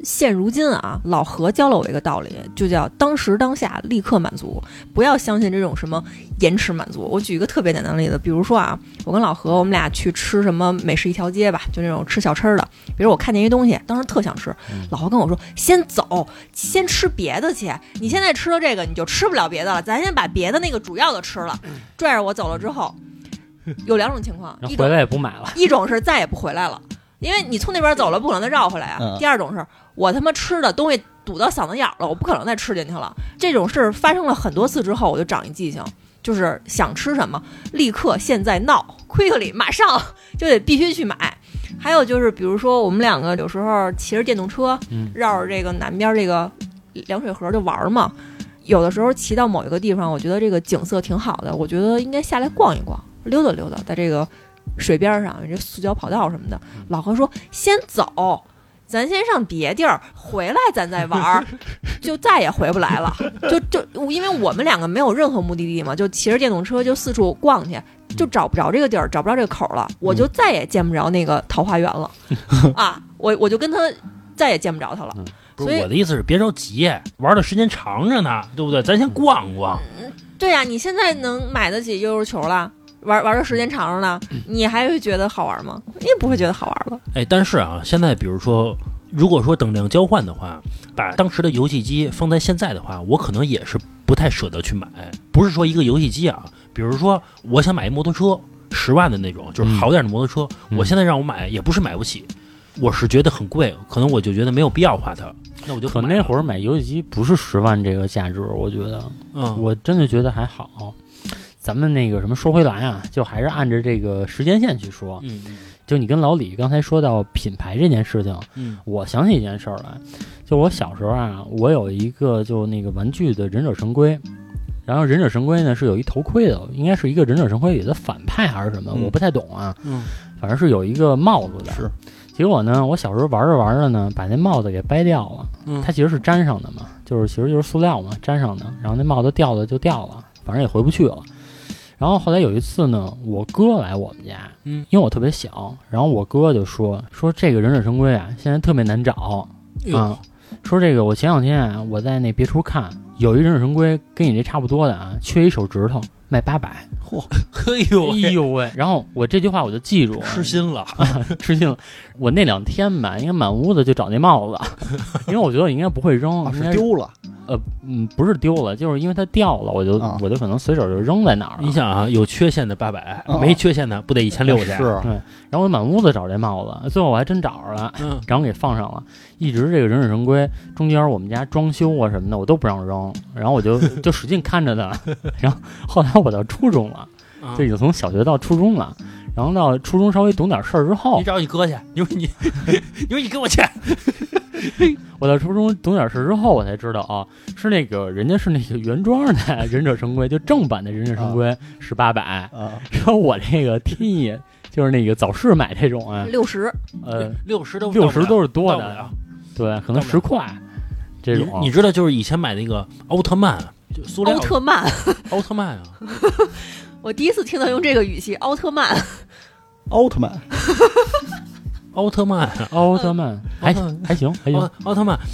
Speaker 3: 现如今啊，老何教了我一个道理，就叫当时当下立刻满足，不要相信这种什么延迟满足。我举一个特别简单的例子，比如说啊，我跟老何我们俩去吃什么美食一条街吧，就那种吃小吃儿的。比如我看见一东西，当时特想吃，
Speaker 2: 嗯
Speaker 3: 老何跟我说先走，先吃别的去，你现在吃了这个你就吃不了别的了，咱先把别的那个主要的吃了。拽着我走了之后。有两种情况，
Speaker 2: 嗯然
Speaker 3: 一
Speaker 2: 后
Speaker 3: 种
Speaker 2: 回来也不买了。
Speaker 3: 一种是再也不回来了，因为你从那边走了，不可能再绕回来啊
Speaker 5: 嗯。
Speaker 3: 第二种是我他妈吃的东西堵到嗓子眼儿了，我不可能再吃进去了。这种事儿发生了很多次之后，我就长一记性，就是想吃什么，立刻现在闹，quickly 马上就得必须去买。还有就是，比如说我们两个有时候骑着电动车
Speaker 2: 嗯，
Speaker 3: 绕着这个南边这个凉水河就玩儿嘛。有的时候骑到某一个地方，我觉得这个景色挺好的，我觉得应该下来逛一逛，溜达溜达，在这个水边儿上，这塑胶跑道什么的。老何说先走，咱先上别地儿，回来咱再玩儿，就再也回不来了。就就因为我们两个没有任何目的地嘛，就骑着电动车就四处逛去。就找不着这个地儿，找不着这个口儿了，我就再也见不着那个桃花源了，啊，我我就跟他再也见不着他了。
Speaker 4: 不
Speaker 3: 所
Speaker 4: 是
Speaker 3: 以
Speaker 4: 我的意思是，别着急，玩的时间长着呢，对不对？咱先逛逛，
Speaker 3: 对呀、你现在能买得起悠悠球了，玩玩的时间长了呢，你还会觉得好玩吗？你也不会觉得好玩了。
Speaker 4: 哎，但是啊，现在比如说，如果说等量交换的话，把当时的游戏机放在现在的话，我可能也是不太舍得去买。不是说一个游戏机啊，比如说我想买一摩托车，十万的那种，就是好点的摩托车，
Speaker 2: 嗯
Speaker 4: 我现在让我买也不是买不起，我是觉得很贵，可能我就觉得没有必要花它，那我就
Speaker 2: 可那会
Speaker 4: 儿，
Speaker 2: 儿买游戏机不是十万这个价值，我觉得，
Speaker 4: 嗯，
Speaker 2: 我真的觉得还好。咱们那个什么说回来啊，就还是按着这个时间线去说。
Speaker 4: 嗯嗯
Speaker 2: 就你跟老李刚才说到品牌这件事情，
Speaker 4: 嗯
Speaker 2: 我想起一件事儿来，就我小时候啊，我有一个就那个玩具的忍者神龟，然后忍者神龟呢是有一头盔的，应该是一个忍者神龟里的反派还是什么，
Speaker 5: 嗯
Speaker 2: 我不太懂啊，
Speaker 4: 嗯，
Speaker 2: 反正是有一个帽子的，
Speaker 5: 是
Speaker 2: 就结果呢，我小时候玩着玩着呢，把那帽子给掰掉了。
Speaker 4: 嗯
Speaker 2: 它其实是粘上的嘛，就是其实就是塑料嘛，粘上的。然后那帽子掉了就掉了，反正也回不去了。然后后来有一次呢，我哥来我们家，
Speaker 4: 嗯，
Speaker 2: 因为我特别小，然后我哥就说说这个忍者神龟啊，现在特别难找
Speaker 4: 哎呦
Speaker 2: 啊。说这个，我前两天啊，我在那别处看，有一忍者神龟跟你这差不多的啊，缺一手指头，卖八百。
Speaker 4: 嘿哎呦喂，
Speaker 2: 呦喂！然后我这句话我就记住了，
Speaker 4: 吃心了，
Speaker 2: 吃惊了。我那两天吧，应该满屋子就找那帽子，因为我觉得我应该不会扔，
Speaker 5: 啊，
Speaker 2: 应
Speaker 5: 是
Speaker 2: 该
Speaker 5: 丢了，
Speaker 2: 呃嗯不是丢了，就是因为它掉了，我就、
Speaker 5: 啊
Speaker 2: 我就可能随手就扔在哪儿
Speaker 4: 你
Speaker 2: 了。
Speaker 4: 想啊，有缺陷的八百
Speaker 5: 哦，
Speaker 4: 没缺陷的不得一千六去？
Speaker 5: 是
Speaker 2: 然后我满屋子找这帽子，最后我还真找着了，
Speaker 4: 嗯，
Speaker 2: 然后给放上了。一直这个忍者神龟，中间我们家装修啊什么的，我都不让扔，然后我就就使劲看着它。然后后来我到初中了，
Speaker 4: 啊
Speaker 2: 就已经从小学到初中了，然后到初中稍微懂点事儿之后
Speaker 5: 哦
Speaker 4: 你，找你哥去，你说你， 你说你给我去，
Speaker 2: 我到初中懂点事儿之后，我才知道啊，是那个人家是那个原装的忍者神龟，就正版的忍者神龟是八百，
Speaker 5: 啊，
Speaker 2: 然后我这个天意就是那个早市买这种啊，
Speaker 3: 六十，
Speaker 2: 呃，
Speaker 4: 六十都
Speaker 2: 六十
Speaker 4: 是
Speaker 2: 都是多的，
Speaker 4: 的。
Speaker 2: 对，可能
Speaker 4: 到不了
Speaker 2: 十块这
Speaker 4: 你
Speaker 2: 种。
Speaker 4: 你知道，就是以前买那个奥特曼，就塑料
Speaker 3: 奥特曼，
Speaker 4: 奥特曼啊，
Speaker 3: 我第一次听到用这个语气，奥特曼，
Speaker 5: 奥特曼
Speaker 4: 奥特曼啊，
Speaker 2: 奥特曼哦还
Speaker 4: 奥特曼
Speaker 2: 还行还行
Speaker 4: 奥，奥特曼。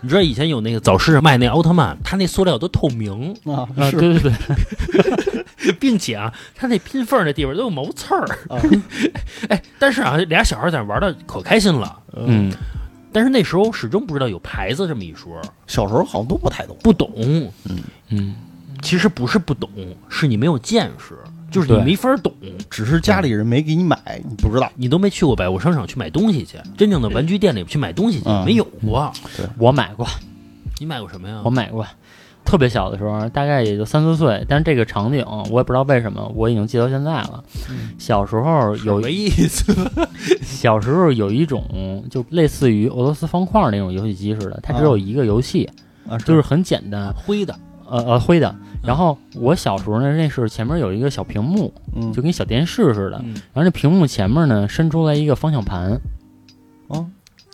Speaker 4: 你知道以前有那个早市卖那奥特曼，它那塑料都透明，
Speaker 5: 啊，
Speaker 2: 啊，
Speaker 5: 是
Speaker 2: 对对对，
Speaker 4: 并且啊，它那拼缝儿那地方都有毛刺儿。
Speaker 5: 啊
Speaker 4: 哎，但是啊，俩小孩在那玩的可开心了。，
Speaker 2: 嗯，
Speaker 4: 但是那时候始终不知道有牌子这么一说，
Speaker 5: 小时候好像都不太懂，
Speaker 4: 不懂。
Speaker 2: 嗯，
Speaker 4: 其实不是不懂，是你没有见识，就是你
Speaker 2: 对
Speaker 4: 没法懂。
Speaker 5: 只是家里人没给你买，你不知道。
Speaker 4: 你都没去过百货商场去买东西去，真正的玩具店里去买东西去，
Speaker 5: 嗯
Speaker 4: 没有过。
Speaker 2: 我买过，
Speaker 4: 你买过什么呀
Speaker 2: 我？买过，特别小的时候，大概也就三四岁，但是这个场景我也不知道为什么，我已经记到现在了。小时候有
Speaker 4: 没意 思。
Speaker 2: 小时候有一种就类似于俄罗斯方块那种游戏机似的，它只有一个游戏，
Speaker 5: 啊，
Speaker 2: 就是很简单，
Speaker 4: 灰的，
Speaker 2: 呃呃灰的。
Speaker 4: 嗯
Speaker 2: 然后我小时候呢，那是前面有一个小屏幕，
Speaker 5: 嗯
Speaker 2: 就跟小电视似的。
Speaker 4: 嗯
Speaker 2: 然后这屏幕前面呢伸出来一个方向盘，
Speaker 4: 哦
Speaker 5: 啊，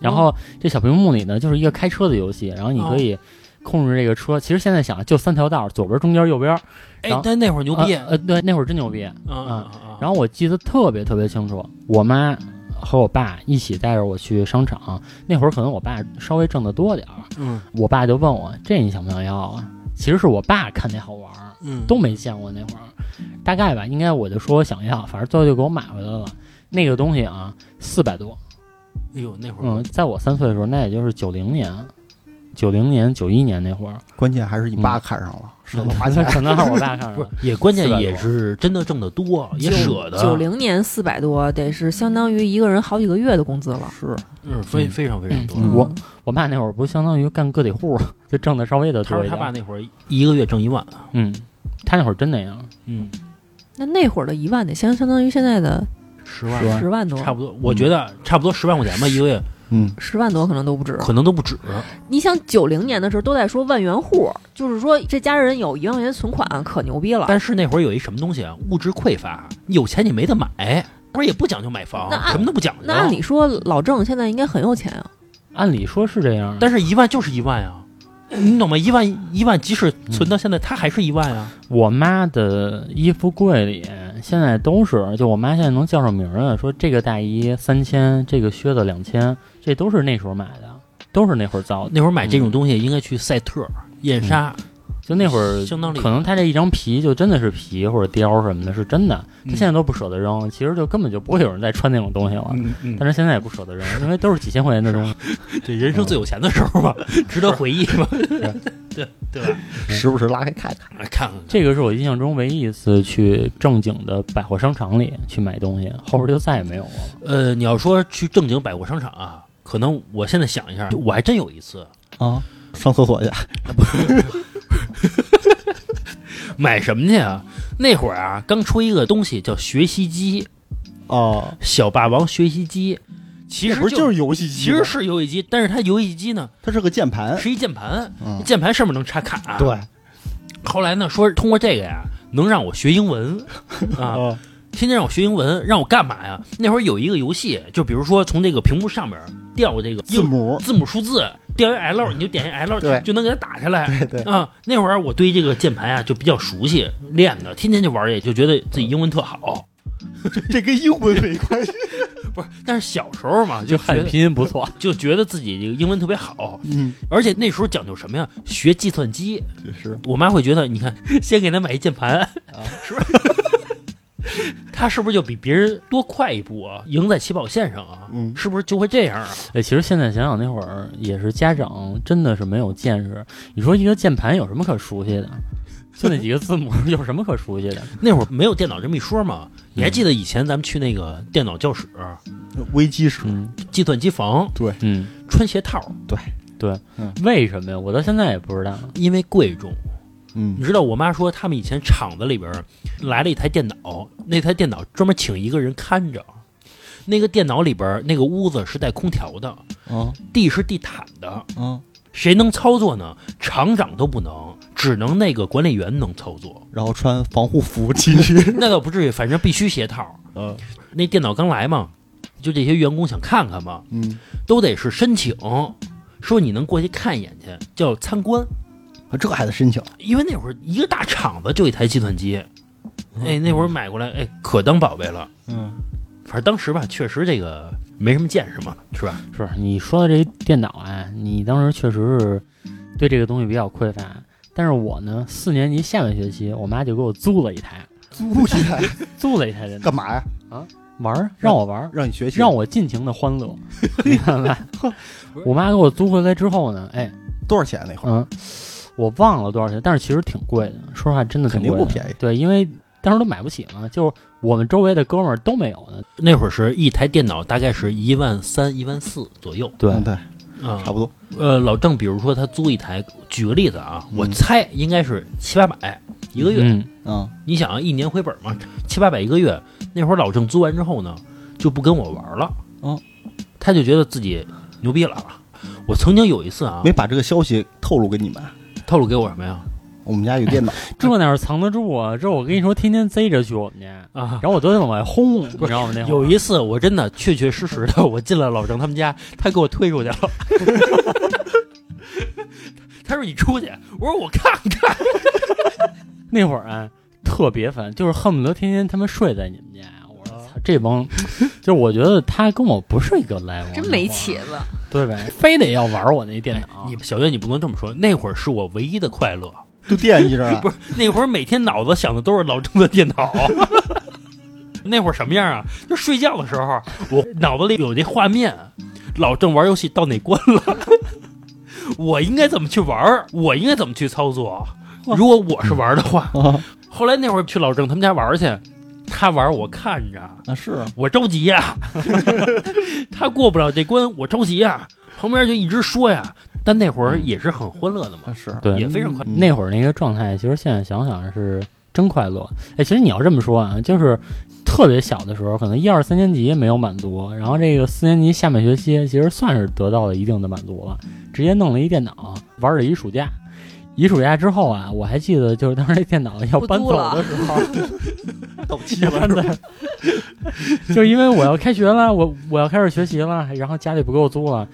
Speaker 2: 然后这小屏幕里呢就是一个开车的游戏，然后你可
Speaker 4: 哦
Speaker 2: 以控制这个车。其实现在想就三条道，左边、中间、右边。
Speaker 4: 哎
Speaker 2: 然后，
Speaker 4: 但那会儿牛逼。
Speaker 2: 呃呃，对，那会儿真牛逼。
Speaker 4: 啊
Speaker 2: 然后我记得特别特别清楚，我妈和我爸一起带着我去商场。那会儿可能我爸稍微挣得多点儿，
Speaker 4: 嗯
Speaker 2: 我爸就问我这你想不想要啊？其实是我爸看那好玩儿，
Speaker 4: 嗯
Speaker 2: 都没见过那会儿，大概吧，应该我就说我想要，反正最后就给我买回来了。那个东西啊，四百多，
Speaker 4: 哎呦，那会儿
Speaker 2: 嗯，在我三岁的时候，那也就是九零年、九零年、九一年那会儿，
Speaker 5: 关键还是你爸看上了，舍 得花钱
Speaker 2: 可能是我爸看上
Speaker 4: 不是
Speaker 2: 了，
Speaker 4: 也关键
Speaker 2: 400多
Speaker 4: 也是真的挣得多，也舍得。
Speaker 3: 九零年四百多，得是相当于一个人好几个月的工资了。嗯
Speaker 5: 是
Speaker 4: 嗯，非非常非常多。
Speaker 2: 我我爸那会儿不相当于干个体户，就挣的稍微的
Speaker 4: 他
Speaker 2: 多
Speaker 4: 说
Speaker 2: 一
Speaker 4: 他爸
Speaker 2: 点。
Speaker 4: 那会儿一个月挣一万。
Speaker 2: 嗯，他那会儿真那样。
Speaker 4: 嗯，
Speaker 3: 那那会儿的一万得相相当于现在的
Speaker 4: 十万
Speaker 5: 是吧
Speaker 3: 十万多，
Speaker 4: 差不多，
Speaker 2: 嗯
Speaker 4: 我觉得差不多十万块钱吧，一个月
Speaker 5: 嗯，
Speaker 3: 十万多可能都不止。
Speaker 4: 可能都不止。
Speaker 3: 你想九零年的时候都在说万元户，就是说这家人有一万块钱存款，可牛逼了。
Speaker 4: 但是那会儿有一什么东西啊，物质匮乏，有钱你没得买，那会儿也不讲究买房
Speaker 3: 那，按
Speaker 4: 什么都不讲究。
Speaker 3: 那按理说老郑现在应该很有钱啊，
Speaker 2: 按理说是这样，
Speaker 4: 但是一万就是一万啊，你懂吗？一万一万，即使存到现在，它还是一万啊。
Speaker 2: 我妈的衣服柜里现在都是，就我妈现在能叫上名儿的，说这个大衣三千，这个靴子两千，这都是那时候买的，都是那会儿造的。
Speaker 4: 那会儿买这种东西应该去赛特、燕莎，
Speaker 2: 就那会儿，
Speaker 4: 相当厉害
Speaker 2: 可能他这一张皮就真的是皮或者貂什么的，是真的。他
Speaker 4: 嗯
Speaker 2: 现在都不舍得扔，其实就根本就不会有人再穿那种东西了。
Speaker 4: 嗯嗯，
Speaker 2: 但是现在也不舍得 扔，因为都是几千块钱的东西。
Speaker 4: 对人生最有钱的时候吧， 值得回忆吧， 对对吧？
Speaker 5: 嗯时不时拉开看看，
Speaker 4: 来看看
Speaker 2: 这个是我印象中唯一一次去正经的百货商场里去买东西，后边就再也没有过了。
Speaker 4: 呃，你要说去正经百货商场啊，可能我现在想一下，我还真有一次
Speaker 5: 啊，上厕所去，
Speaker 4: 买什么去啊？那会儿啊，刚出一个东西叫学习机，
Speaker 5: 哦，
Speaker 4: 小霸王学习机，其实
Speaker 5: 那不是就是游戏机
Speaker 4: 其
Speaker 5: 吗，
Speaker 4: 实是游戏机，但是它游戏机呢
Speaker 5: 它是个键盘，
Speaker 4: 是一键盘，
Speaker 5: 嗯
Speaker 4: 键盘上面能插卡。，啊
Speaker 5: 对
Speaker 4: 后来呢说通过这个呀，能让我学英文啊。
Speaker 5: 啊，
Speaker 4: 天天让我学英文，让我干嘛呀？那会儿有一个游戏，就比如说从这个屏幕上面调这个
Speaker 5: 字母，
Speaker 4: 字母数字，调一 L，你就点一 L，
Speaker 5: 对
Speaker 4: 就能给它打下来。
Speaker 5: 对对，
Speaker 4: 啊，那会儿我对这个键盘啊就比较熟悉，练的，天天就玩儿也就觉得自己英文特好。
Speaker 5: 这跟英文没关系。
Speaker 4: 不是，但是小时候嘛，就
Speaker 2: 就
Speaker 4: 觉
Speaker 2: 汉
Speaker 4: 得
Speaker 2: 拼音不错，
Speaker 4: 就觉得自己这个英文特别好，
Speaker 5: 嗯，
Speaker 4: 而且那时候讲究什么呀？学计算机，
Speaker 5: 也是
Speaker 4: 我妈会觉得，你看，先给他买一键盘， 是吧？他是不是就比别人多快一步啊？赢在起跑线上啊？
Speaker 5: 嗯
Speaker 4: 是不是就会这样啊？
Speaker 2: 哎，其实现在想想那会儿也是家长真的是没有见识。你说一个键盘有什么可熟悉的？就那几个字母 有什么可熟悉的？
Speaker 4: 那会儿没有电脑这么一说嘛？你还记得以前咱们去那个电脑教室、
Speaker 5: 危机时
Speaker 2: 嗯
Speaker 4: 计算机房
Speaker 2: 嗯，
Speaker 4: 穿鞋套，
Speaker 2: 为什么呀？我到现在也不知道。
Speaker 4: 因为贵重。
Speaker 5: 嗯
Speaker 4: 你知道我妈说他们以前厂子里边儿来了一台电脑，那台电脑专门请一个人看着，那个电脑里边儿那个屋子是带空调的，
Speaker 5: 啊
Speaker 4: 地是地毯的，
Speaker 5: 啊，。
Speaker 4: 谁能操作呢？厂长都不能，只能那个管理员能操作
Speaker 5: 然后穿防护服进 去，
Speaker 4: 那倒不至于，反正必须鞋套。
Speaker 5: 嗯
Speaker 4: 那电脑刚来嘛，就这些员工想看看嘛，
Speaker 5: 嗯，
Speaker 4: 都得是申请，说你能过去看一眼去，叫参观。
Speaker 5: 啊这还得申请，
Speaker 4: 因为那会儿一个大厂子就一台计算机，哎，那会儿买过来，哎，可当宝贝了。
Speaker 5: 嗯，
Speaker 4: 反正当时吧，确实这个没什么见识嘛，是吧？
Speaker 2: 是你说的这电脑啊，你当时确实是对这个东西比较匮乏。但是我呢，四年级下半学期，我妈就给我租了一台，
Speaker 5: 租起来
Speaker 2: 租了一台电脑
Speaker 5: 干嘛呀？
Speaker 2: 玩儿，让我玩儿，
Speaker 5: 让你学习，
Speaker 2: 让我尽情的欢 乐，你看吧。我妈给我租回来之后呢，哎，
Speaker 5: 多少钱那会儿？
Speaker 2: 嗯，我忘了多少钱，但是其实挺贵的，说实话，真的挺
Speaker 5: 肯
Speaker 2: 贵
Speaker 5: 定
Speaker 2: 的
Speaker 5: 不便宜。
Speaker 2: 对，因为当时都买不起嘛，就是我们周围的哥们儿都没有呢。
Speaker 4: 那会儿是一台电脑大概是一万三、一万四左右
Speaker 2: 对
Speaker 5: 嗯对，
Speaker 4: 啊
Speaker 5: 差不多。
Speaker 4: 呃，老郑，比如说他租一台，举个例子啊，
Speaker 5: 嗯
Speaker 4: 我猜应该是七八百一个月。
Speaker 2: 嗯，
Speaker 5: 嗯，
Speaker 4: 你想啊，一年回本嘛，七八百一个月。那会儿老郑租完之后呢，就不跟我玩了。
Speaker 5: 哦，
Speaker 4: 他就觉得自己牛逼了。啊我曾经有一次啊，
Speaker 5: 没把这个消息透露给你们。
Speaker 4: 透露给我什么呀？
Speaker 5: 我们家有电脑，
Speaker 2: 这哪儿藏得住啊？这我跟你说，天天贼着去我们家，
Speaker 4: 啊，
Speaker 2: 然后我都得往外轰，你知道吗？那会儿
Speaker 4: 有一次我真的确确实实 的，我进了老郑他们家，他给我推出去 了。他说你出去，我说我看看。
Speaker 2: 那会儿啊，特别烦，就是恨不得天天他们睡在你们家。我说操，这帮，就是我觉得他跟我不是一个 level，
Speaker 4: 哦
Speaker 3: 真没起，子。
Speaker 2: 对 呗？非得要玩我那电
Speaker 5: 哦哎
Speaker 2: 脑，
Speaker 4: 你小月你不能这么说，那会儿是我唯一的快乐。
Speaker 5: 就惦记着了
Speaker 4: 不。是那会儿每天脑子想的都是老郑的电脑。那会儿什么样啊？就睡觉的时候，我脑子里有这画面，老郑玩游戏到哪关了，我应该怎么去玩儿，我应该怎么去操作。如果我是玩儿的话，
Speaker 5: 啊
Speaker 4: 后来那会儿去老郑他们家玩儿去，他玩儿我看着，
Speaker 5: 啊是啊，
Speaker 4: 我着急呀、他过不了这关，我着急呀、旁边就一直说呀，但那会儿也是很欢乐的嘛，
Speaker 5: 啊是，
Speaker 2: 对
Speaker 4: 也非常快
Speaker 5: 嗯
Speaker 2: 那会儿那个状态，其实现在想想是真快乐。哎，其实你要这么说啊，就是特别小的时候，可能一二三年级没有满足，然后这个四年级下半学期其实算是得到了一定的满足了，直接弄了一电脑玩了一暑假。一暑假之后啊，我还记得就是当时那电脑要
Speaker 3: 不
Speaker 2: 搬
Speaker 3: 租
Speaker 2: 走
Speaker 3: 了
Speaker 2: 的时候，
Speaker 5: 到期
Speaker 2: 要 搬走，就是因为我要开学了，我我要开始学习了，然后家里不给我租了，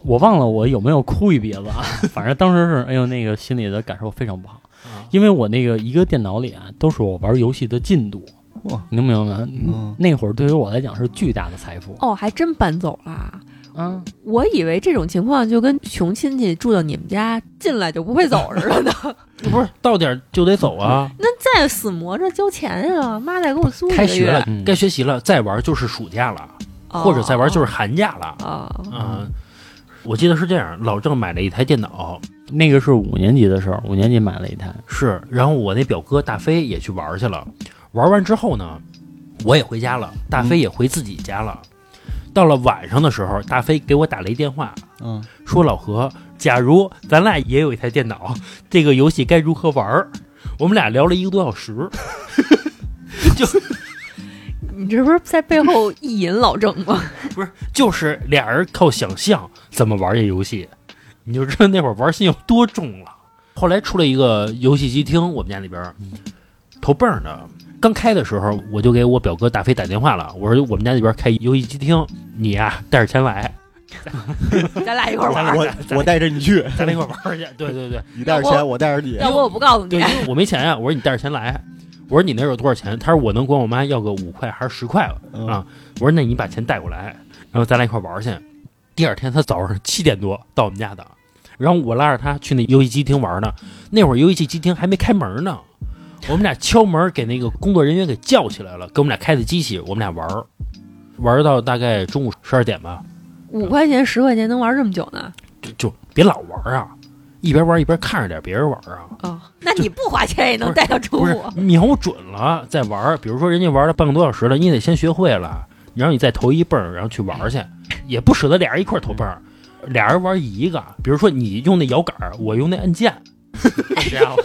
Speaker 2: 我忘了我有没有哭一鼻子啊，反正当时是哎呦那个心里的感受非常不好。
Speaker 4: 啊
Speaker 2: 因为我那个一个电脑里啊，都是我玩游戏的进度。
Speaker 5: 哇，
Speaker 2: 你能明白吗？
Speaker 5: 嗯
Speaker 2: 那会儿对于我来讲是巨大的财富
Speaker 3: 哦，还真搬走啦！
Speaker 2: 啊！
Speaker 3: 我以为这种情况就跟穷亲戚住到你们家进来就不会走似 的呢。
Speaker 4: 不是到点儿就得走啊。
Speaker 3: 那再死磨着交钱呀，妈再给我租一个
Speaker 4: 开学了
Speaker 3: 月，
Speaker 2: 嗯
Speaker 4: 该学习了，再玩就是暑假了，
Speaker 3: 哦
Speaker 4: 或者再玩就是寒假了。
Speaker 3: 啊，
Speaker 4: 嗯，我记得是这样，老郑买了一台电脑，
Speaker 2: 那个是五年级的时候，五年级买了一台，
Speaker 4: 是，然后我那表哥大飞也去玩去了，玩完之后呢，我也回家了，大飞也回自己家了。到了晚上的时候，大飞给我打了一电话，
Speaker 5: 嗯，
Speaker 4: 说老何，假如咱俩也有一台电脑，这个游戏该如何玩儿？我们俩聊了一个多小时，
Speaker 3: 你这不是在背后意淫老郑吗？
Speaker 4: 就是俩人靠想象怎么玩这游戏，你就知道那会儿玩心有多嗯重了。后来出了一个游戏机厅，我们家里边儿投泵的，刚开的时候，我就给我表哥大飞打电话了，我说我们家那边开游戏机厅，你呀、带着钱来，
Speaker 6: 咱俩一块儿玩儿。
Speaker 5: 我我带着你去，
Speaker 4: 咱俩一块玩 去。对对对，
Speaker 5: 你带着钱，我带着
Speaker 3: 啊
Speaker 5: 你。
Speaker 6: 要不我不告诉
Speaker 4: 对，
Speaker 6: 你
Speaker 4: 因，为我没钱呀、我说你带着钱来，我说你那儿有多少钱？他说我能管我妈要个五块还是十块吧
Speaker 5: 嗯
Speaker 4: 啊？我说那你把钱带过来，然后咱俩一块玩去。第二天他早上七点多到我们家的，然后我拉着他去那游戏机厅玩呢。那会儿游戏机厅还没开门呢，我们俩敲门给那个工作人员给叫起来了，给我们俩开的机器，我们俩玩儿，玩儿到大概中午十二点吧，
Speaker 3: 五块钱、十块钱能玩这么久呢？
Speaker 4: 就就别老玩儿啊，一边玩儿一边看着点别人玩儿啊。
Speaker 3: 哦，
Speaker 6: 那你不花钱也能
Speaker 4: 不是
Speaker 6: 带到中
Speaker 4: 不是
Speaker 6: 午。
Speaker 4: 瞄准了再玩儿，比如说人家玩了半个多小时了，你得先学会了，然后你再投一蹦儿，然后去玩儿去，也不舍得俩人一块儿投蹦儿，俩人玩一个，比如说你用那摇杆儿，我用那按键，这样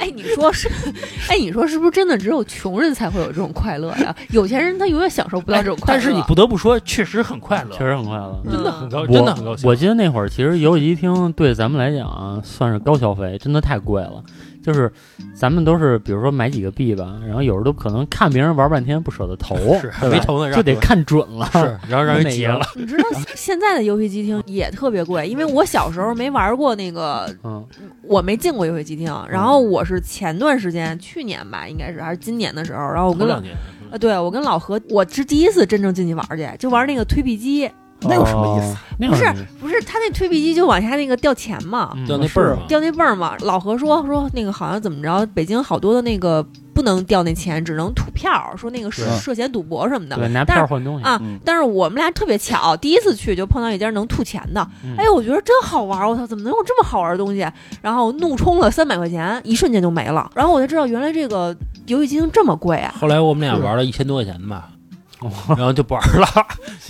Speaker 3: 哎，你说是？ 哎，你说是不是真的只有穷人才会有这种快乐呀？有钱人他永远享受不到这种快乐。
Speaker 4: 哎
Speaker 3: 嗯
Speaker 4: 但是你不得不说，确实很快乐，
Speaker 2: 确实很快乐。
Speaker 4: 真的很高，
Speaker 2: 嗯我
Speaker 4: 真的很高兴。
Speaker 2: 我记得那会儿，其实游戏机厅对咱们来讲啊、算是高消费，真的太贵了。就是咱们都是，比如说买几个币吧，然后有时候都可能看别人玩半天不舍得投，
Speaker 4: 是
Speaker 2: 对吧
Speaker 4: 没投呢让
Speaker 2: 就得
Speaker 4: 我
Speaker 2: 看准了。
Speaker 4: 是，然后让人急了，
Speaker 3: 你知道现在的游戏机厅也特别贵，因为我小时候没玩过那个
Speaker 2: 嗯，
Speaker 3: 我没进过游戏机厅，然
Speaker 4: 嗯
Speaker 3: 后我是前段时间，去年吧，应该是还是今年的时候，然后我
Speaker 4: 头
Speaker 3: 跟
Speaker 4: 两年。
Speaker 3: 啊，对我跟老何，我是第一次真正进去玩去，就玩那个推币机，
Speaker 5: 那有什么意思
Speaker 2: 哦？那有
Speaker 3: 不是
Speaker 2: 什么意思
Speaker 3: 不是他那推币机就往下那个掉钱嘛，
Speaker 2: 嗯
Speaker 4: 掉那蹦儿嘛，
Speaker 3: 掉那泵儿嘛。老何说说那个好像怎么着，北京好多的那个不能掉那钱，只能吐票，说那个涉
Speaker 5: 对
Speaker 3: 涉嫌赌博什么的。
Speaker 2: 对，拿
Speaker 3: 但
Speaker 2: 票
Speaker 3: 是
Speaker 2: 换东西
Speaker 3: 啊
Speaker 5: 嗯，
Speaker 3: 但是我们俩特别巧，第一次去就碰到一家能吐钱的，
Speaker 2: 嗯
Speaker 3: 哎，我觉得真好玩儿，我操，怎么能有这么好玩儿的东西？然后怒充了三百块钱，一瞬间就没了。然后我才知道原来这个游戏机厅这么贵啊！
Speaker 4: 后来我们俩玩了一千多块钱的吧，
Speaker 2: 哦
Speaker 4: 然后就不玩了，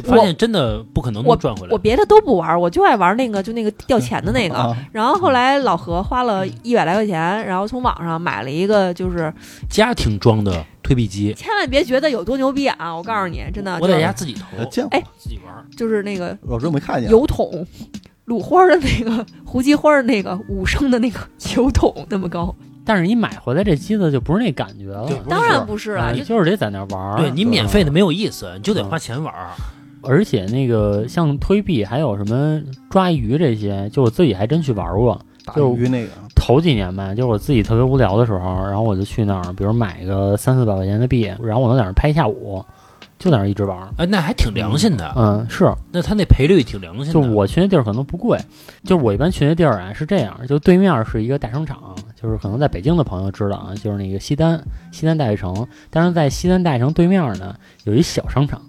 Speaker 4: 发现真的不可能能赚回来
Speaker 3: 我。别的都不玩儿，我就爱玩儿那个就那个掉钱的那个。
Speaker 5: 啊，
Speaker 3: 然后后来老何花了一百来块钱，然后从网上买了一个，就是
Speaker 4: 家庭装的推币机，
Speaker 3: 千万别觉得有多牛逼啊！我告诉你，真的，
Speaker 4: 我
Speaker 3: 就
Speaker 4: 在
Speaker 3: 是
Speaker 4: 家自己投
Speaker 5: 我，呃见过，
Speaker 3: 哎
Speaker 4: 自己玩儿。
Speaker 3: 就是那个
Speaker 5: 我这没看见。
Speaker 3: 油桶，鲁花儿的那个胡姬花儿的那个五升的那个油桶那么高，
Speaker 2: 但是你买回来这机子就不是那感觉了
Speaker 4: 对，不是
Speaker 3: 当然不是
Speaker 2: 啊
Speaker 7: 哎
Speaker 3: 了，
Speaker 2: 你
Speaker 3: 就
Speaker 2: 就是得在那儿玩儿。
Speaker 4: 对你
Speaker 2: 吧
Speaker 4: 免费的没有意思，你就
Speaker 2: 嗯
Speaker 4: 得花钱玩儿。啊
Speaker 2: 而且那个像推币，还有什么抓鱼这些，就我自己还真去玩过。
Speaker 5: 打
Speaker 2: 就
Speaker 5: 鱼那个，
Speaker 2: 头几年吧，就是我自己特别无聊的时候，然后我就去那儿，比如买个三四百块钱的币，然后我能在那儿拍一下午，就在那儿一直玩儿。
Speaker 4: 哎，那还挺良心的，
Speaker 2: 嗯，是，
Speaker 4: 那他那赔率挺良心的。
Speaker 2: 就我去那地儿可能不贵，就我一般去那地儿啊是这样，就对面是一个大商场，就是可能在北京的朋友知道啊，就是那个西单，西单大悦城，但是在西单大悦城对面呢有一小商场，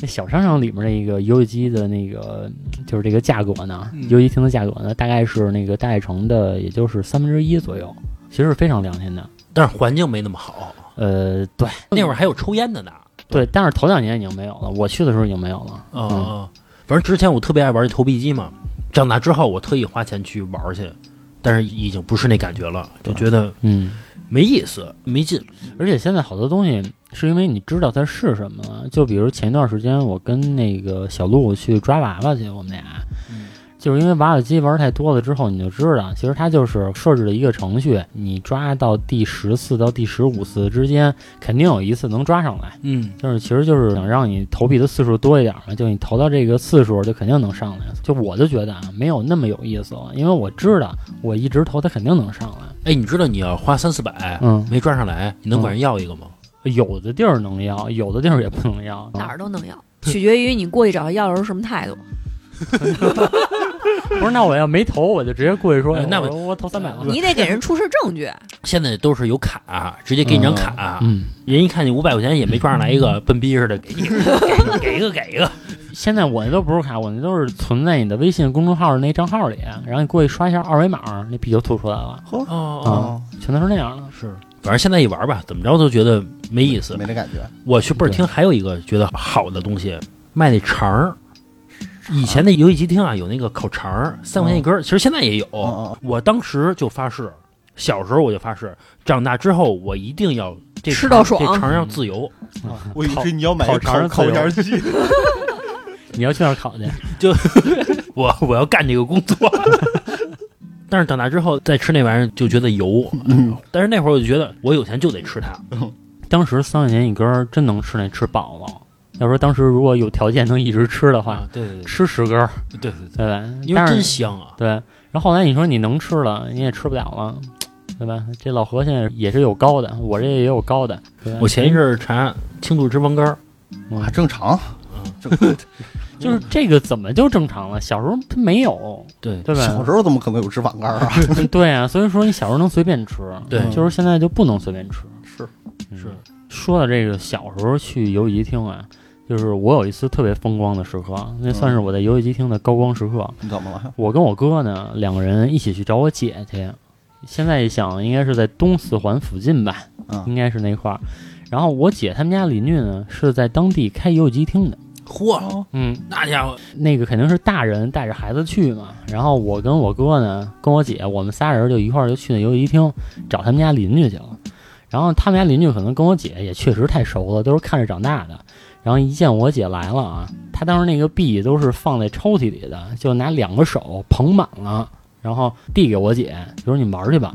Speaker 2: 那小商场里面那个游戏机的那个就是这个价格呢，
Speaker 4: 嗯
Speaker 2: 游戏厅的价格呢大概是那个大悦城的也就是三分之一左右，其实是非常良心的。
Speaker 4: 但是环境没那么好，
Speaker 2: 呃，对
Speaker 4: 那会儿还有抽烟的呢。
Speaker 2: 对，但是头两年已经没有了，我去的时候已经没有了。
Speaker 4: 哦哦，反正之前我特别爱玩投币机嘛，长大之后我特意花钱去玩儿去，但是已经不是那感觉了，就觉得
Speaker 2: 嗯。
Speaker 4: 没意思，没劲。
Speaker 2: 而且现在好多东西是因为你知道它是什么了。就比如前一段时间我跟那个小鹿去抓娃娃去，我们俩，
Speaker 4: 嗯
Speaker 2: 就是因为娃娃机玩太多了之后，你就知道，其实它就是设置了一个程序，你抓到第十次到第十五次之间，肯定有一次能抓上来。
Speaker 4: 嗯，
Speaker 2: 就是其实就是想让你投币的次数多一点嘛，就你投到这个次数就肯定能上来。就我就觉得啊，没有那么有意思了，因为我知道我一直投它肯定能上来。
Speaker 4: 哎，你知道你要花三四百，
Speaker 2: 嗯，
Speaker 4: 没赚上来，你能管人要一个吗？
Speaker 2: 有的地儿能要，有的地儿也不能要。
Speaker 3: 哪儿都能要，取决于你过去找他要的时候什么态度。
Speaker 2: 不是，那我要没投，我就直接过去说，
Speaker 4: 哎那
Speaker 2: 我我投三百了。
Speaker 3: 你得给人出示证据，
Speaker 7: 哦
Speaker 4: 现在都是有卡，直接给你张卡，
Speaker 2: 嗯，
Speaker 4: 人一看你五百块钱也没赚上来一个，笨逼似的，给你给一个给一个。
Speaker 2: 现在我那都不是卡，我那都是存在你的微信公众号那账号里，然后你过去刷一下二维码，那币就吐出来了，
Speaker 4: 哦哦，
Speaker 5: 哦，
Speaker 2: 全都是那样的。
Speaker 4: 是，反正现在一玩吧，怎么着都觉得没意思
Speaker 5: 没。那感觉。
Speaker 4: 我去倍儿厅还有一个觉得好的东西，卖那肠儿。以前那游戏机厅啊，有那个烤肠儿，三块钱一根儿，其实现在也有。
Speaker 5: 嗯嗯
Speaker 4: 我当时就发誓，小时候我就发誓，长大之后我一定要这
Speaker 3: 吃到爽
Speaker 4: 这肠儿要自由。
Speaker 5: 嗯我以为你要买
Speaker 2: 烤
Speaker 5: 个
Speaker 2: 肠
Speaker 5: 烤
Speaker 2: 自由
Speaker 5: 烤鸭鸡，
Speaker 2: 你要去那儿考去，
Speaker 4: 我 我要干这个工作。但是长大之后再吃那玩意儿就觉得油，但是那会儿我就觉得我有钱就得吃它，
Speaker 2: 当时三块钱一根儿，真能吃那吃饱了。要说当时如果有条件能一直吃的话，
Speaker 4: 啊，对对
Speaker 2: 吃十根儿，
Speaker 4: 对对对，
Speaker 2: 对吧？
Speaker 4: 因为
Speaker 2: 但是
Speaker 4: 真香啊，
Speaker 2: 对。然后后来你说你能吃了，你也吃不了了，对吧？这老何现在也是有高的，我这也有高的。对吧
Speaker 4: 我前一阵儿查轻度脂肪肝儿，
Speaker 5: 啊，正常，
Speaker 2: 就是这个怎么就正常了？小时候他没有，
Speaker 4: 对
Speaker 2: 对吧？
Speaker 5: 小时候怎么可能有脂肪肝啊？
Speaker 2: 对啊，所以说你小时候能随便吃，嗯
Speaker 4: 对
Speaker 2: 就是现在就不能随便吃。
Speaker 5: 是
Speaker 2: 嗯
Speaker 4: 是
Speaker 2: 说到这个小时候去游戏机厅啊，就是我有一次特别风光的时刻，啊那算
Speaker 4: 嗯
Speaker 2: 是我在游戏机厅的高光时刻。
Speaker 5: 你怎么 了？
Speaker 2: 我跟我哥呢两个人一起去找我姐去，现在一想应该是在东四环附近吧，
Speaker 5: 啊
Speaker 4: 嗯
Speaker 2: 应该是那块儿。然后我姐他们家邻居呢是在当地开游戏机厅的，
Speaker 4: 嚯，
Speaker 2: 嗯，
Speaker 4: 那家伙
Speaker 2: 那个肯定是大人带着孩子去嘛。然后我跟我哥呢，跟我姐，我们仨人就一块儿就去那游戏厅找他们家邻居去了。然后他们家邻居可能跟我姐也确实太熟了，都是看着长大的。然后一见我姐来了啊，她当时那个币都是放在抽屉里的，就拿两个手捧满了，然后递给我姐，就说你玩儿去吧，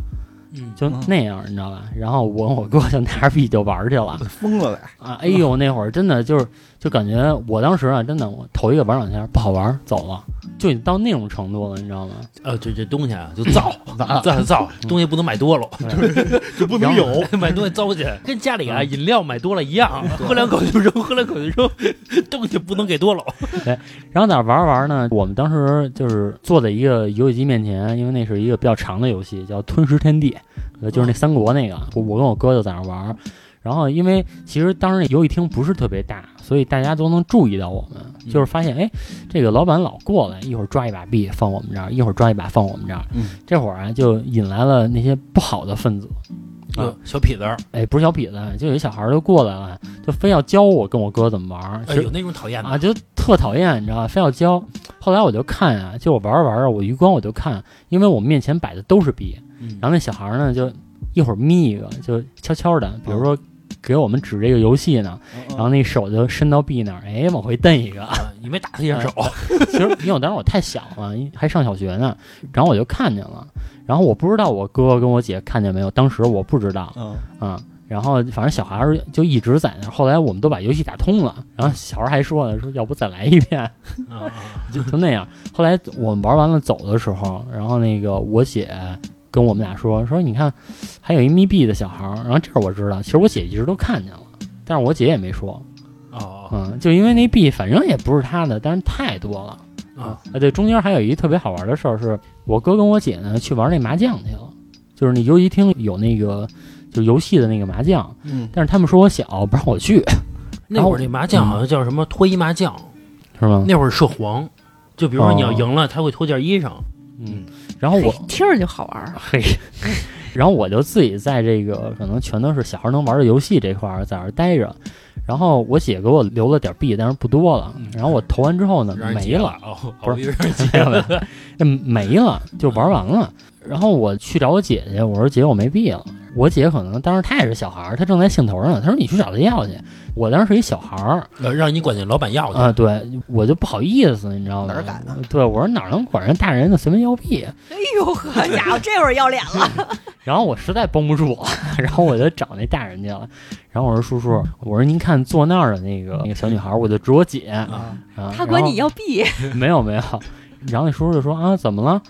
Speaker 4: 嗯
Speaker 2: 就那样，你知道吧？然后我跟我哥就拿着币就玩儿去了。
Speaker 5: 疯了呗！
Speaker 2: 啊，哎呦，那会儿真的就是，就感觉我当时啊，真的我头一个玩两下不好玩，走了，就已经到那种程度了，你知道吗？
Speaker 4: 呃，这这东西啊，就造
Speaker 5: 咱
Speaker 4: 造造，东西不能买多 了，
Speaker 5: 就不
Speaker 2: 嗯能嗯
Speaker 5: 有
Speaker 4: 买东西糟践，跟家里啊饮料买多了一样，喝两口就扔，喝两口就扔，东西不能给多了。
Speaker 2: 然后在那玩着玩着呢，我们当时就是坐在一个游戏机面前，因为那是一个比较长的游戏，叫《吞食天地》，
Speaker 4: 嗯
Speaker 2: 呃就是那三国那个，我我跟我哥就在那玩儿。然后，因为其实当时那游戏厅不是特别大，所以大家都能注意到我们，
Speaker 4: 嗯
Speaker 2: 就是发现，哎，这个老板老过来，一会儿抓一把币放我们这儿，一会儿抓一把放我们这儿。
Speaker 5: 嗯
Speaker 2: 这会儿啊，就引来了那些不好的分子，嗯
Speaker 4: 呃小痞子儿，
Speaker 2: 哎，不是小痞子，就有一小孩儿就过来了，就非要教我跟我哥怎么玩儿，其
Speaker 4: 哎
Speaker 2: 实
Speaker 4: 有那种讨厌的
Speaker 2: 啊，就特讨厌，你知道吧？非要教。后来我就看啊，就我玩着玩着，我余光我就看，因为我面前摆的都是币，
Speaker 4: 嗯
Speaker 2: 然后那小孩儿呢就一会儿眯一个，就悄悄的，比如说给我们指这个游戏呢，
Speaker 5: 哦嗯
Speaker 2: 然后那手就伸到币那儿，哎，往回蹬一个。
Speaker 4: 啊你没打他一下手，
Speaker 2: 其实因为我当时我太小了，还上小学呢，然后我就看见了，然后我不知道我哥跟我姐看见没有，当时我不知道。
Speaker 5: 嗯，
Speaker 2: 啊、然后反正小孩儿就一直在那儿，后来我们都把游戏打通了，然后小孩儿还说呢，说要不再来一遍，
Speaker 4: 啊啊
Speaker 2: 就就那样。后来我们玩完了走的时候，然后那个我姐跟我们俩说，说你看还有一密闭的小孩儿，然后这儿我知道，其实我姐一直都看见了，但是我姐也没说，
Speaker 4: 哦
Speaker 2: 嗯，就因为那币反正也不是她的，但是太多了。
Speaker 4: 哦啊，
Speaker 2: 啊，对，中间还有一特别好玩的事儿，是我哥跟我姐呢去玩那麻将去了，就是那游戏厅有那个就游戏的那个麻将，
Speaker 5: 嗯，
Speaker 2: 但是他们说我小，不让我去，
Speaker 4: 那会儿那麻将好像叫什么脱衣麻将，
Speaker 2: 是吗？
Speaker 4: 那会儿涉黄，就比如说你
Speaker 2: 哦
Speaker 4: 要赢了，他会脱件衣裳，
Speaker 2: 嗯，然后
Speaker 3: 哎
Speaker 2: 我
Speaker 7: 听着就好玩儿。
Speaker 2: 嘿，然后我就自己在这个可能全都是小孩能玩的游戏这块儿在那儿待着，然后我姐给我留了点币，但是不多了，然后我投完之后呢
Speaker 4: 让人
Speaker 2: 没
Speaker 4: 急
Speaker 2: 了。
Speaker 4: 哦，
Speaker 2: 不是
Speaker 4: 我以为让人急
Speaker 2: 没有没有，那没了，就玩完了。然后我去找我姐姐，我说姐，我没币了。我姐可能当时她也是小孩儿，她正在兴头上呢。她说你去找她要去。我当时是一小孩儿
Speaker 4: 呃让你管那老板要去
Speaker 2: 啊、对我就不好意思，你知道吗？
Speaker 5: 哪儿敢呢？
Speaker 2: 对，我说哪能管人大人的随便要币？
Speaker 7: 哎呦，好家伙，这会儿要脸了。
Speaker 2: 然后我实在绷不住了， 然后我就找那大人去了。然后我说叔叔，我说您看坐那儿的那个那个小女孩儿，我就指我姐啊。
Speaker 4: 啊，
Speaker 7: 他管
Speaker 2: 然
Speaker 7: 你
Speaker 2: 后
Speaker 7: 要币，
Speaker 2: 没有没有。然后那叔叔就说啊，怎么了？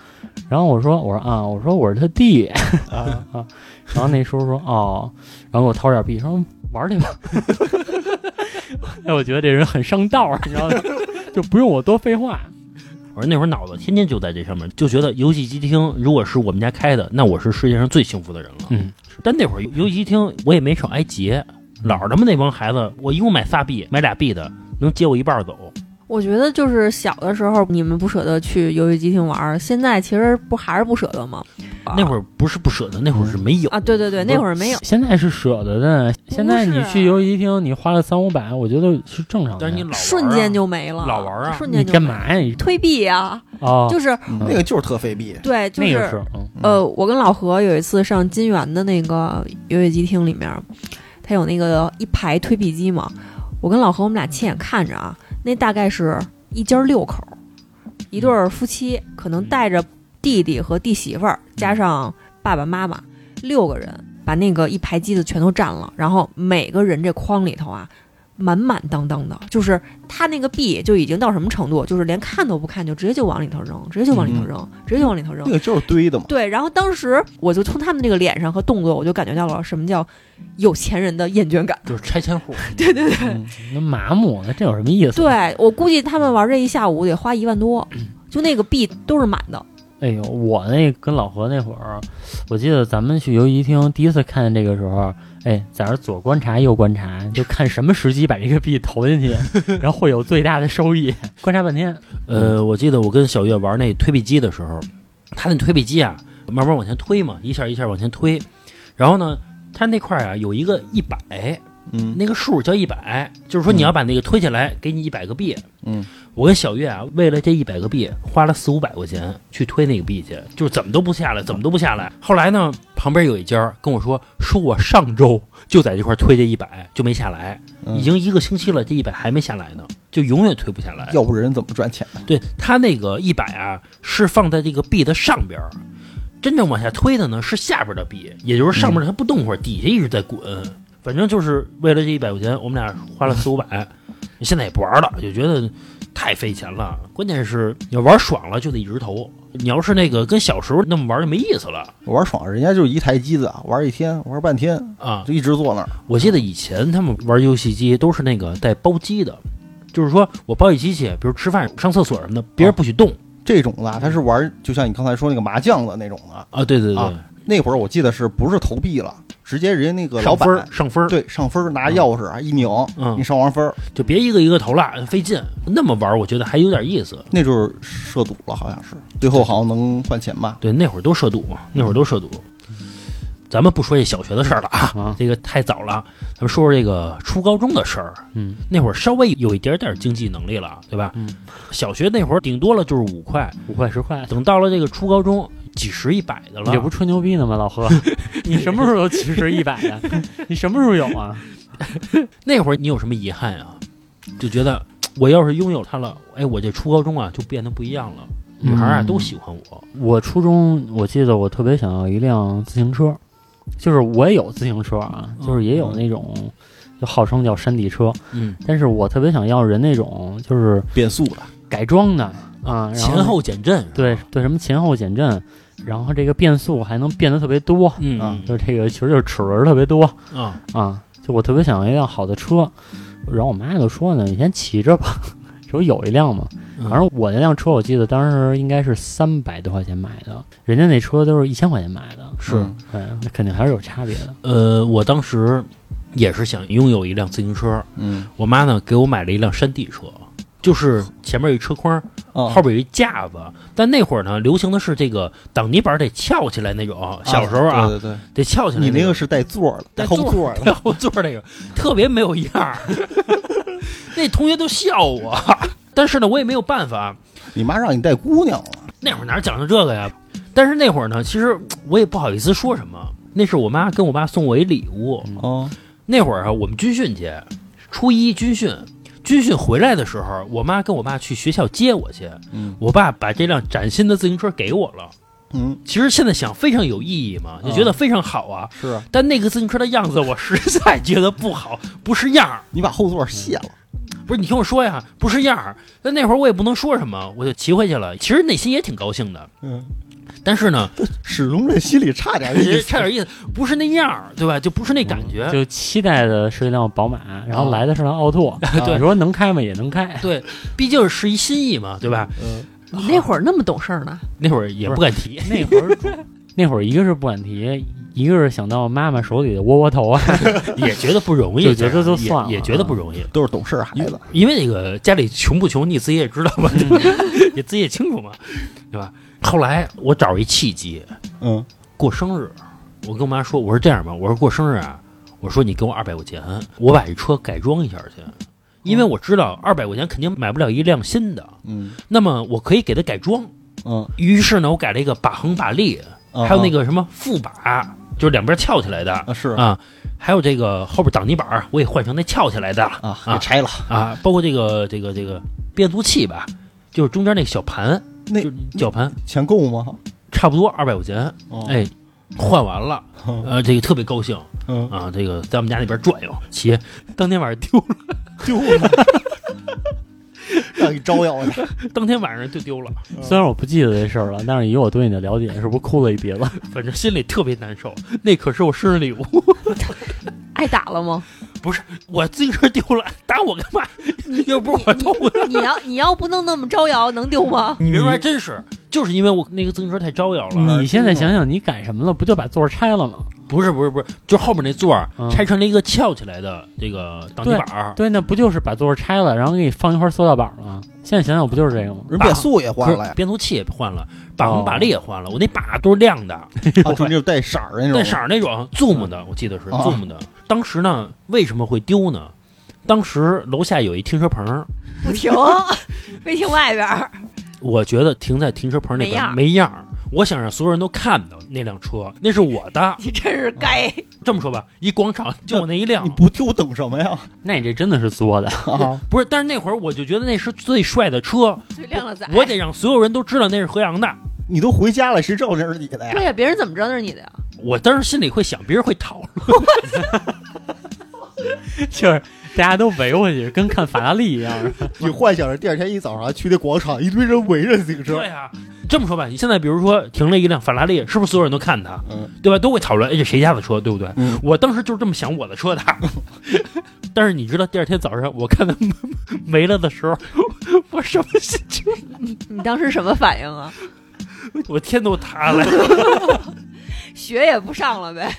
Speaker 2: 然后我说我说啊，我说我是他弟。 啊，然后那叔叔说哦，然后给我掏点币，说玩去吧。 哎，我觉得这人很上道儿，你知道吗？就不用我多废话。
Speaker 4: 我说那会儿脑子天天就在这上面，就觉得游戏机厅如果是我们家开的，那我是世界上最幸福的人了。
Speaker 2: 嗯，
Speaker 4: 但那会儿游戏机厅我也没少挨劫，老他妈那帮孩子，我一共买仨币，买俩币的能接我一半儿走。
Speaker 7: 我觉得就是小的时候你们不舍得去游戏机厅玩儿，现在其实不还是不舍得吗？
Speaker 4: 那会儿不是不舍得，那会儿是没有。
Speaker 7: 啊，对对对，那会儿没有。
Speaker 2: 现在是舍得的，现在你去游戏厅，你花了三五百，我觉得是正常的。
Speaker 4: 但是你老玩儿啊
Speaker 7: 瞬间就没了，
Speaker 4: 老玩儿啊
Speaker 7: 瞬
Speaker 2: 你
Speaker 7: 间就
Speaker 2: 干
Speaker 7: 没
Speaker 2: 嘛呀？你
Speaker 7: 推币啊，
Speaker 2: 哦，
Speaker 7: 就是
Speaker 5: 那个就是特费币，
Speaker 7: 对，就
Speaker 2: 那
Speaker 7: 是
Speaker 2: 个是，嗯
Speaker 7: 呃，我跟老何有一次上金源的那个游戏机厅里面，它有那个一排推币机嘛，我跟老何我们俩亲眼看着啊，那大概是一家六口，一对儿夫妻可能带着弟弟和弟媳妇儿，加上爸爸妈妈，六个人。把那个一排机子全都占了，然后每个人这筐里头啊，满满当当的，就是他那个币就已经到什么程度，就是连看都不看，就直接就往里头扔，直接就往里头扔，直接就往里头扔
Speaker 5: 那。个就是堆的嘛，
Speaker 7: 对，然后当时我就从他们这个脸上和动作，我就感觉到了什么叫有钱人的厌倦感。
Speaker 4: 就是拆 迁户，
Speaker 7: 对对对，
Speaker 2: 嗯那麻木，那这有什么意思？，
Speaker 7: 对我估计他们玩这一下午得花一万多，
Speaker 4: 嗯
Speaker 7: 就那个币都是满的。
Speaker 2: 哎呦，我那跟老何那会儿，我记得咱们去游戏厅第一次看这个时候，哎，在那儿左观察右观察，就看什么时机把这个币投进 去，然后会有最大的收益。观察半天，
Speaker 5: 嗯
Speaker 4: 呃，我记得我跟小月玩那推币机的时候，他那推币机啊，慢慢往前推嘛，一下一下往前推，然后呢，他那块儿啊有一个一百，
Speaker 5: 嗯
Speaker 4: 那个数叫一百，就是说你要把那个推下来，给你一百个币。
Speaker 5: 嗯，
Speaker 4: 我跟小月啊，为了这一百个币，花了四五百块钱去推那个币去，就是怎么都不下来，怎么都不下来。后来呢，旁边有一家跟我说，说我上周就在这块推这一百，就没下来，
Speaker 5: 嗯
Speaker 4: 已经一个星期了，这一百还没下来呢，就永远推不下来。
Speaker 5: 要不人怎么赚钱？
Speaker 4: 对它那个一百啊，是放在这个币的上边儿，真正往下推的呢是下边的币，也就是上面的它不动会儿，底下一直在滚。反正就是为了这一百块钱，我们俩花了四五百，现在也不玩了，就觉得太费钱了。关键是你要玩爽了就得一直投，你要是那个跟小时候那么玩就没意思了
Speaker 5: 我玩爽了，人家就是一台机子啊，玩一天，玩半天，
Speaker 4: 啊。
Speaker 5: 就一直坐那儿。
Speaker 4: 我记得以前他们玩游戏机都是那个带包机的，就是说我包一机器，比如吃饭、上厕所什么的，别人不许动
Speaker 5: 这种的
Speaker 4: 嗯
Speaker 5: 啊，他是玩，就像你刚才说那个麻将的那种的。
Speaker 4: 啊。对对对，
Speaker 5: 啊那会儿我记得是不是投币了，直接人家那个老
Speaker 4: 上分儿
Speaker 5: 板
Speaker 4: 上分儿。
Speaker 5: 对上分儿拿钥匙啊一拧，
Speaker 4: 嗯
Speaker 5: 你上完分儿，
Speaker 4: 就别一个一个投了，费劲。那么玩，我觉得还有点意思。
Speaker 5: 那就是涉赌了，好像是最后好像能换钱吧？
Speaker 4: 对，那会儿都涉赌嘛，那会儿都涉赌。咱们不说这小学的事儿了啊
Speaker 2: 啊，
Speaker 4: 这个太早了。咱们说说这个初高中的事儿。
Speaker 2: 嗯，
Speaker 4: 那会儿稍微有一点点经济能力了，对吧？
Speaker 2: 嗯，
Speaker 4: 小学那会儿顶多了就是五块，
Speaker 2: 五块十块，
Speaker 4: 等到了这个初高中，几十、一百的了。
Speaker 2: 也不吹牛逼呢吗？老何， 你什么时候有七十一百的？ 你什么时候有啊？
Speaker 4: 那会儿你有什么遗憾啊？就觉得我要是拥有它了，哎，我这初高中啊就变得不一样了。女孩儿啊
Speaker 2: 嗯
Speaker 4: 都喜欢我，
Speaker 2: 我初中我记得我特别想要一辆自行车，就是我也有自行车啊，就是也有那种就号称叫山地车，
Speaker 4: 嗯，
Speaker 2: 但是我特别想要人那种就是
Speaker 5: 变速的，
Speaker 2: 改装的啊，然
Speaker 4: 前
Speaker 2: 后
Speaker 4: 后减震，
Speaker 2: 对对什么前后减震，然后这个变速还能变得特别多，
Speaker 4: 嗯
Speaker 5: 啊
Speaker 2: 就这个其实就是齿轮特别多
Speaker 4: 啊，
Speaker 2: 啊，就我特别想要一辆好的车，然后我妈就说呢，你先骑着吧， 这不有一辆吗？反正我那辆车，我记得当时应该是三百多块钱买的，人家那车都是一千块钱买的，
Speaker 4: 是
Speaker 5: 嗯
Speaker 2: 对，那肯定还是有差别的。
Speaker 4: 呃，我当时也是想拥有一辆自行车，
Speaker 5: 嗯
Speaker 4: 我妈呢给我买了一辆山地车，就是前面有一车筐，
Speaker 5: 啊
Speaker 4: 后边有一架子。但那会儿呢，流行的是这个挡泥板得翘起来那种，小时候啊
Speaker 5: 对对
Speaker 4: 得翘起
Speaker 5: 对，
Speaker 4: 来。
Speaker 5: 你那个
Speaker 4: 个
Speaker 5: 是带座儿的，
Speaker 4: 带
Speaker 5: 后
Speaker 4: 座儿
Speaker 5: 座儿的，
Speaker 4: 然后坐那个特别没有样 儿，那同学都笑我，但是呢我也没有办法，
Speaker 5: 你妈让你带姑娘了，
Speaker 4: 那会儿哪讲究这个呀？但是那会儿呢，其实我也不好意思说什么，那是我妈跟我爸送我一礼物，
Speaker 5: 哦，
Speaker 4: 那会儿啊，我们军训去，初一军训，军训回来的时候，我妈跟我爸去学校接我去，
Speaker 5: 嗯
Speaker 4: 我爸把这辆崭新的自行车给我了。
Speaker 5: 嗯，
Speaker 4: 其实现在想非常有意义嘛，就觉得非常好啊。
Speaker 5: 是啊
Speaker 4: 但那个自行车的样子，我实在觉得不好，不是样儿。
Speaker 5: 你把后座卸了，
Speaker 4: 不是你听我说呀，不是样儿。但那会儿我也不能说什么，我就骑回去了。其实内心也挺高兴的，
Speaker 5: 嗯，
Speaker 4: 但是呢，
Speaker 5: 始终这心里差点意思，
Speaker 4: 差点意思，不是那样儿，对吧？就不是那感觉。
Speaker 2: 就期待的是一辆宝马，然后来的是辆奥拓，
Speaker 5: 对
Speaker 2: 你说能开吗？也能开，
Speaker 4: 对，毕竟是一心意嘛，对吧？
Speaker 5: 嗯
Speaker 7: 你那会儿那么懂事儿呢？
Speaker 4: 那会儿也不敢提。
Speaker 2: 那会儿主那会儿一个是不敢提，一个是想到妈妈手里的窝窝头啊，
Speaker 4: 也觉得不容易，
Speaker 2: 就觉得就算了嗯
Speaker 4: 也也觉得不容易，
Speaker 5: 都是懂事儿孩子，
Speaker 4: 因为那个家里穷不穷，你自己也知道嘛，
Speaker 2: 嗯
Speaker 4: 你自己也清楚嘛，对吧？后来我找一契机，
Speaker 5: 嗯
Speaker 4: 过生日，我跟我妈说，我说这样吧，我说过生日啊，我说你给我二百块钱，我把这车改装一下去，因为我知道二百块钱肯定买不了一辆新的，
Speaker 5: 嗯
Speaker 4: 那么我可以给它改装。
Speaker 5: 嗯，
Speaker 4: 于是呢，我改了一个把横把立，
Speaker 2: 嗯
Speaker 5: 啊
Speaker 4: 还有那个什么副把，就是两边翘起来的
Speaker 5: 啊是
Speaker 2: 嗯
Speaker 4: 啊，还有这个后边挡泥板儿，我也换成那翘起来的
Speaker 5: 啊给拆了，
Speaker 4: 啊，包括这个这个这个变速器吧，就是中间那个小盘，
Speaker 5: 那
Speaker 4: 就是绞盘，
Speaker 5: 钱够吗？
Speaker 4: 差不多二百块钱。
Speaker 5: 哦，
Speaker 4: 哎，换完了，呃，这个特别高兴
Speaker 5: 嗯
Speaker 4: 啊，这个在我们家那边转悠，鞋当天晚上丢了，
Speaker 5: 丢了，让你招摇去。
Speaker 4: 当天晚上就丢了，
Speaker 2: 虽然我不记得这事儿了，但是以我对你的了解，是不是哭了一鼻子？
Speaker 4: 反正心里特别难受。那可是我生日礼物，
Speaker 7: 挨打了吗？
Speaker 4: 我自行车丢了，打我干嘛？ 要不是我偷的，
Speaker 7: 你要你要不弄那么招摇，能丢吗？
Speaker 4: 你别说，还真是，就是因为我那个自行车太招摇了。
Speaker 2: 你现在想想，你赶什么了？不就把座儿拆了吗？
Speaker 4: 不是不是不是，就后面那座儿
Speaker 2: 嗯
Speaker 4: 拆成了一个翘起来的这个挡泥板儿。
Speaker 2: 对，那不就是把座儿拆了，然后给你放一块塑料板吗？现在想想不就是这个吗？
Speaker 5: 人变速也换了呀，哦
Speaker 4: 变速器也换了，把风把力也换了，我那把都是亮的，
Speaker 5: 啊，就那种带色儿那种。
Speaker 4: 带色儿那种 Zoom 的，我记得是
Speaker 5: 啊
Speaker 4: Zoom 的。当时呢，为什么会丢呢？当时楼下有一停车棚儿，
Speaker 7: 不 停，没停外边儿。
Speaker 4: 我觉得停在停车棚那
Speaker 7: 没样
Speaker 4: 边
Speaker 7: 儿
Speaker 4: 没样儿，我想让所有人都看到那辆车，那是我的。
Speaker 7: 你真是该。
Speaker 4: 这么说吧，一广场就我那一辆
Speaker 5: 你，不丢等什么呀？
Speaker 2: 那你这真的是作的，
Speaker 5: 啊，
Speaker 4: 不是。但是那会儿我就觉得那是最帅的车，
Speaker 7: 最靓的仔，
Speaker 4: 我得让所有人都知道那是何阳的。
Speaker 5: 你都回家了，谁知道那是你的呀？
Speaker 7: 对呀，别人怎么知道那是你的呀？
Speaker 4: 我当时心里会想，别人会讨论。
Speaker 2: 就是大家都围过去，跟看法拉利一样。
Speaker 5: 你幻想着第二天一早上去那广场，一堆人围着自行车
Speaker 4: 对，呀、这么说吧，你现在比如说停了一辆法拉利，是不是所有人都看它，
Speaker 5: 嗯
Speaker 4: 对吧？都会讨论，哎，这谁家的车，对不对？
Speaker 5: 嗯
Speaker 4: 我当时就是这么想我的车的。 但是你知道，第二天早上我看它没了的时候， 我什么心情？
Speaker 7: 你当时什么反应啊？
Speaker 4: 我天都塌了，
Speaker 7: 学也不上了呗，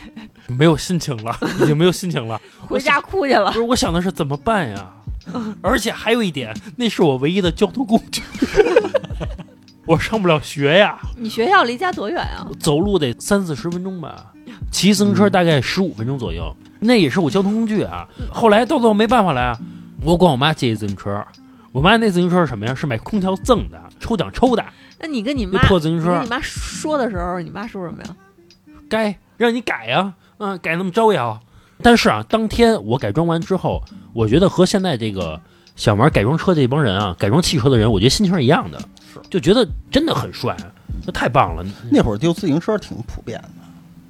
Speaker 4: 没有心情了，已经没有心情了。
Speaker 7: 回家哭去
Speaker 4: 不
Speaker 7: 了。
Speaker 4: 是，我想的是怎么办呀？而且还有一点，那是我唯一的交通工具， 我上不了学呀。
Speaker 7: 你学校离家多远啊？
Speaker 4: 走路得三四十分 钟吧，骑自行车大概十五分钟左右。那也是我交通工具啊。
Speaker 7: 嗯
Speaker 4: 后来到最后没办法了呀，我管我妈借一自行车。我妈那自行车是什么呀？是买空调赠的，抽奖抽的，
Speaker 7: 那你跟你
Speaker 4: 那
Speaker 7: 妈，
Speaker 4: 破自行
Speaker 7: 你跟
Speaker 4: 车
Speaker 7: 你妈说的时候，你妈说什么呀？
Speaker 4: 该让你改呀、嗯、改那么招摇。但是啊，当天我改装完之后，我觉得和现在这个想玩改装车这帮人啊，改装汽车的人，我觉得心情是一样的，就觉得真的很帅，那太棒了。
Speaker 5: 那会儿丢自行车挺普遍的，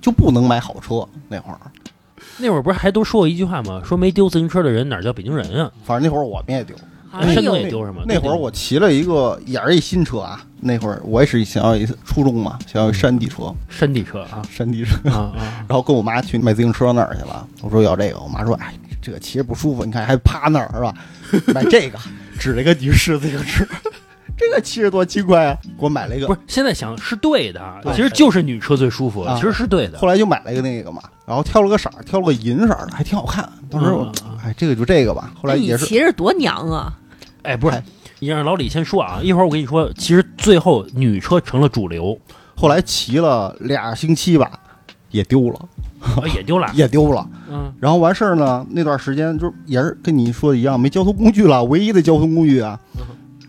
Speaker 5: 就不能买好车。那会儿，
Speaker 4: 那会儿不是还都说过一句话吗？说没丢自行车的人哪儿叫北京人啊？
Speaker 5: 反正那会儿我们也丢。
Speaker 7: 好
Speaker 4: 哎
Speaker 7: 像
Speaker 4: 山
Speaker 7: 有
Speaker 4: 东也丢是吗？
Speaker 5: 啊那会儿我骑了一个也是一新车啊，那会儿我也是想要一初中嘛，想要一山地车，
Speaker 4: 山地车啊
Speaker 5: 嗯山地车。
Speaker 4: 啊啊！
Speaker 5: 然后跟我妈去买自行车那儿去了，我说要这个，我妈说哎，这个骑着不舒服，你看还趴那儿是吧？买这个， 指了一个女士自行车， 这个骑着多奇怪啊！给我买了一个
Speaker 4: 不，是，现在想是对的啊，
Speaker 5: 对
Speaker 4: 其实就是女车最舒服，
Speaker 5: 啊
Speaker 4: 其实是对的
Speaker 5: 后。来就买了一个那个嘛，然后挑了个色儿，挑了个银色儿的，还挺好看。当时我
Speaker 4: 嗯
Speaker 5: 哎，这个就这个吧。后来
Speaker 7: 那你
Speaker 5: 也是
Speaker 7: 骑着多娘啊！
Speaker 4: 哎，不是，你让老李先说啊，一会儿我跟你说，其实最后女车成了主 流，
Speaker 5: 后来骑了俩星期吧，也丢了，
Speaker 4: 啊也丢了。
Speaker 5: 也丢了。
Speaker 4: 嗯，
Speaker 5: 然后完事儿呢，那段时间就是也是跟你说的一样，没交通工具了，唯一的交通工具啊。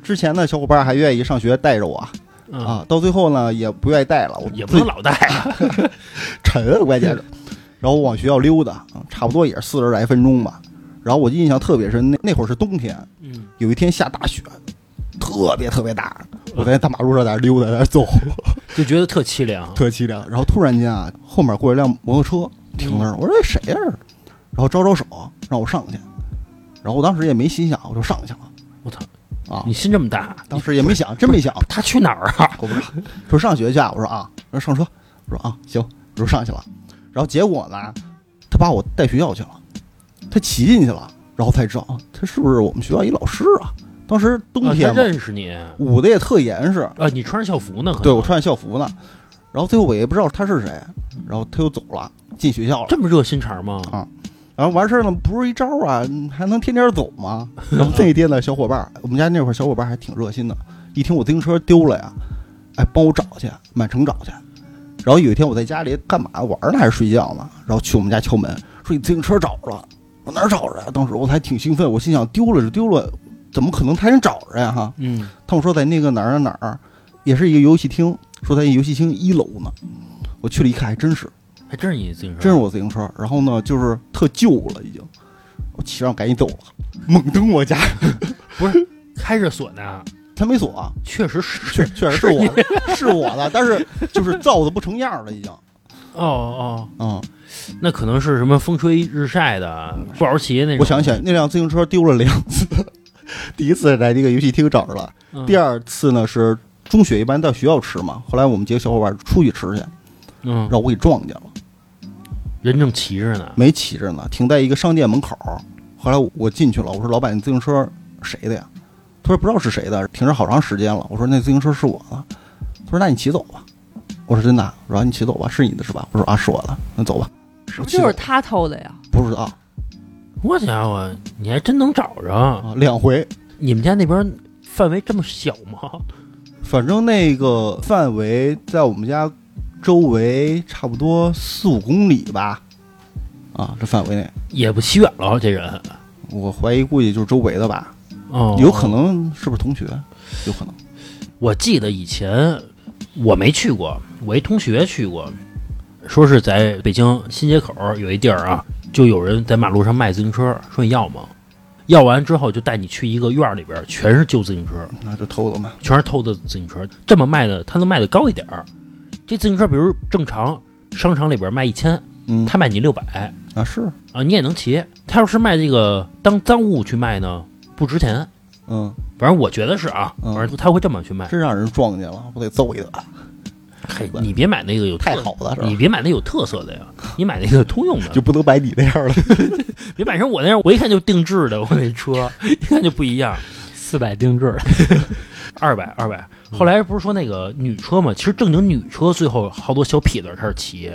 Speaker 5: 之前呢，小伙伴还愿意上学带着我
Speaker 4: 嗯，
Speaker 5: 啊，到最后呢也不愿意带了，我
Speaker 4: 也不嗯
Speaker 5: 自己
Speaker 4: 能老带啊。
Speaker 5: 沉，关键是。然后我往学校溜达，啊差不多也是四十来分钟吧。然后我印象特别深，那那会儿是冬天，
Speaker 4: 嗯，
Speaker 5: 有一天下大雪，特别特别大，我在大马路上在那溜达，在那走，
Speaker 4: 就觉得特凄凉。
Speaker 5: 特凄凉。然后突然间啊，后面过一辆摩托车停那儿，我说这谁呀、然后招招手让我上去，然后我当时也没心想，我就上去了。
Speaker 4: 我操，
Speaker 5: 啊
Speaker 4: 你，心这么大，
Speaker 5: 当时也没想，真没想，
Speaker 4: 他去哪儿啊？
Speaker 5: 我不知道。说上学去啊，我说啊，我说上车，我说啊行，我说上去了。然后结果呢，他把我带学校去了，他骑进去了，然后才知道啊他是不是我们学校一老师啊？当时冬
Speaker 4: 啊
Speaker 5: 天嘛，
Speaker 4: 他认识你啊？
Speaker 5: 捂的也特严实，
Speaker 4: 你穿着校服呢？可能
Speaker 5: 对我穿着校服呢。然后最后我也不知道他是谁，然后他又走了，进学校了。
Speaker 4: 这么热心肠吗？
Speaker 5: 啊然后完事儿呢，不是一招儿啊，嗯还能天天走吗？然后那天呢，小伙伴儿，我们家那会儿小伙伴儿还挺热心的，一听我自行车丢了呀，哎，帮我找去，满城找去。然后有一天我在家里干嘛玩儿呢，还是睡觉呢？然后去我们家敲门，说你自行车找着了。我哪儿找着呀？当时我还挺兴奋，我心想丢了就丢了，怎么可能他人找着呀？哈，
Speaker 4: 嗯，
Speaker 5: 他们说在那个哪儿哪儿哪儿，也是一个游戏厅，说在游戏厅一楼呢。我去了一看，还真是，
Speaker 4: 还哎真是你自行车，
Speaker 5: 真是我自行车。然后呢，就是特旧了，已经。我骑上赶紧走了，猛蹬我家，
Speaker 4: 开着锁呢，
Speaker 5: 他没锁，啊
Speaker 4: 确实是
Speaker 5: 确确实是我的，是我的，但是就是造的不成样了，已经。
Speaker 4: 哦哦，
Speaker 5: 嗯，
Speaker 4: 那可能是什么风吹日晒的不好骑那种。
Speaker 5: 我想想，那辆自行车丢了两次， 第一次在这个游戏厅找着了，
Speaker 4: 嗯，
Speaker 5: 第二次呢是中学一般到学校吃嘛，后来我们几个小伙伴出去吃去，
Speaker 4: 嗯
Speaker 5: 让，我给撞见了，
Speaker 4: 人正骑着呢，
Speaker 5: 没骑着呢，停在一个商店门口。后来我进去了，我说老板，你自行车谁的呀？他说不知道是谁的，停着好长时间了。我说那自行车是我的。他说那你骑走吧。我说真的啊，我说你骑走吧，是你的是吧？我说啊是我的，那走吧。我骑走
Speaker 7: 就是他偷的呀。
Speaker 5: 不知道
Speaker 4: 我家伙，你还真能找着。
Speaker 5: 啊，两回，
Speaker 4: 你们家那边范围这么小吗？
Speaker 5: 反正那个范围在我们家周围差不多四五公里吧，啊，这范围内，
Speaker 4: 也不起远了，这人
Speaker 5: 我怀疑估计就是周围的吧，
Speaker 4: 哦，
Speaker 5: 有可。能是不是同学？有可能。
Speaker 4: 我记得以前我没去过，我一同学去过，说是在北京新街口有一地儿啊，就有人在马路上卖自行车，说你要吗？要完之后就带你去一个院儿里边，全是旧自行车，
Speaker 5: 那就偷了嘛。
Speaker 4: 全是偷的自行车。这么卖的，他能卖的高一点儿。这自行车，比如正常商场里边卖一千，
Speaker 5: 嗯，
Speaker 4: 他卖你六百
Speaker 5: 啊是，
Speaker 4: 啊，你也能骑。他要是卖这个当赃物去卖呢，不值钱。
Speaker 5: 嗯，
Speaker 4: 反正我觉得是啊，
Speaker 5: 嗯
Speaker 4: 反正他会这么去卖。
Speaker 5: 真让人撞见了，我得揍一顿。
Speaker 4: 嘿，你别买那个有特
Speaker 5: 太好了是吧
Speaker 4: 你别买那有特色的呀，你买那个通用
Speaker 5: 就
Speaker 4: 的，
Speaker 5: 不能买你那样的。
Speaker 4: 别买成我那样，我一看就定制的，我那车一看就不一样，
Speaker 2: 四百定制，
Speaker 4: 二百二百。后来不是说那个女车嘛，其实正经女车最后好多小痞子开始骑，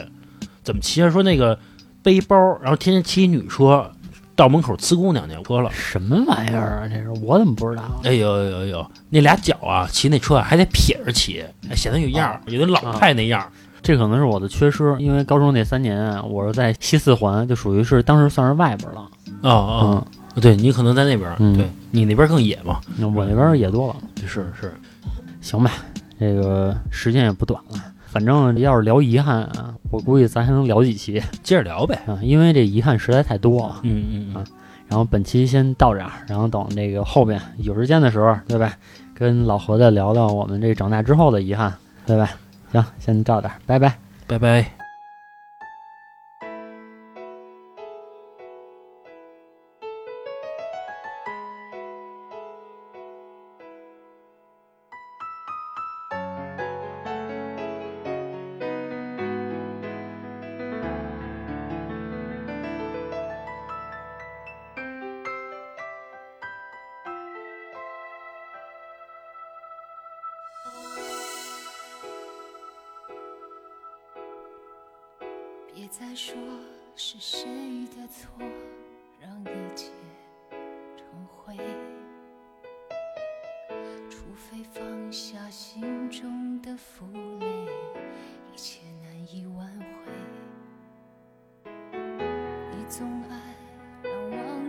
Speaker 4: 怎么骑啊？说那个背包，然后天天骑女车到门口呲姑娘去，车了。
Speaker 2: 什么玩意儿啊？这是我怎么不知道啊？
Speaker 4: 哎呦呦呦，那俩脚啊，骑那车啊还得撇着骑，哎显得有样儿，有点老派那样儿。
Speaker 2: 这可能是我的缺失，因为高中那三年啊，我是在西四环，就属于是当时算是外边了。啊
Speaker 4: 哦哦，对你可能在那边儿，
Speaker 2: 嗯
Speaker 4: 对你那边儿更野嘛。
Speaker 2: 嗯，那我那边也多了。
Speaker 4: 是是，
Speaker 2: 行吧，这个时间也不短了，反正要是聊遗憾啊，我估计咱还能聊几期
Speaker 4: 接着聊呗。
Speaker 2: 啊，因为这遗憾实在太多了。
Speaker 4: 嗯嗯嗯
Speaker 2: 啊，然后本期先到这儿，然后等这个后边有时间的时候，对吧？跟老何再聊聊我们这长大之后的遗憾，对吧？行，先到这儿，拜拜。
Speaker 4: 拜拜。
Speaker 8: 别再说是谁的错，让一切重回。除非放下心中的负累，一切难以挽回。你总爱让往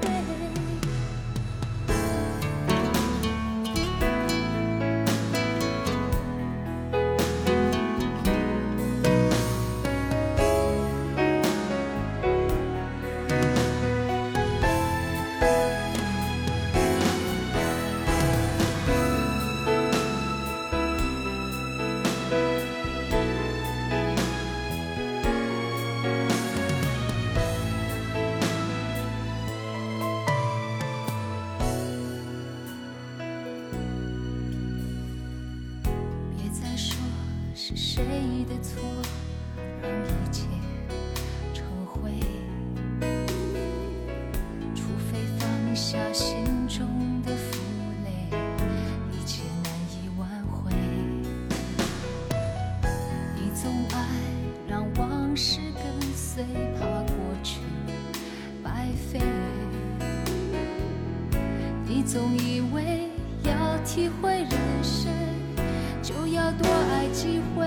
Speaker 8: 贵？别再说是谁的错，让一切成灰。除非放下心中的负累，一切难以挽回。总以为要体会人生，就要多爱几回。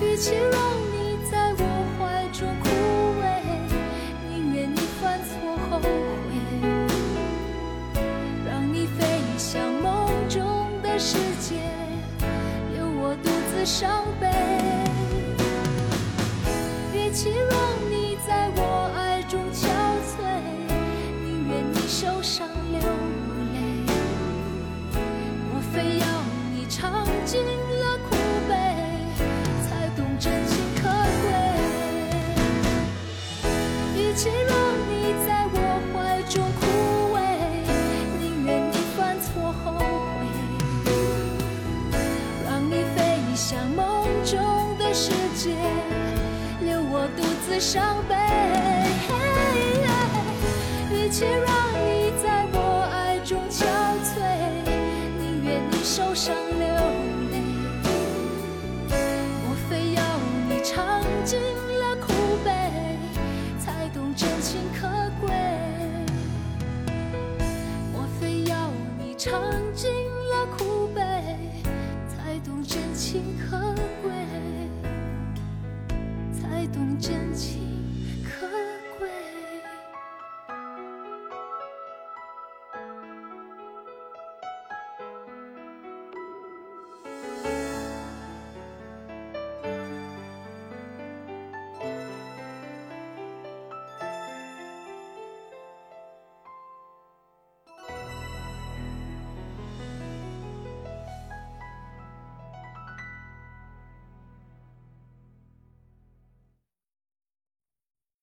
Speaker 8: 与其让你在我怀中枯萎，宁愿你犯错后悔，让你飞向梦中的世界，留我独自伤悲。与其让你在我爱中憔悴，宁愿你受伤流泪。莫非要你尝尽了苦悲，才懂真情可贵？与其让你在我怀中枯萎，宁愿你犯错后悔，让你飞向梦中的世界，留我独自伤悲。与其让你在我爱中憔悴，宁愿你受伤流泪。莫非要你尝尽了苦悲，才懂真情可贵？莫非要你尝尽了苦悲，才懂真情可贵？才懂真情。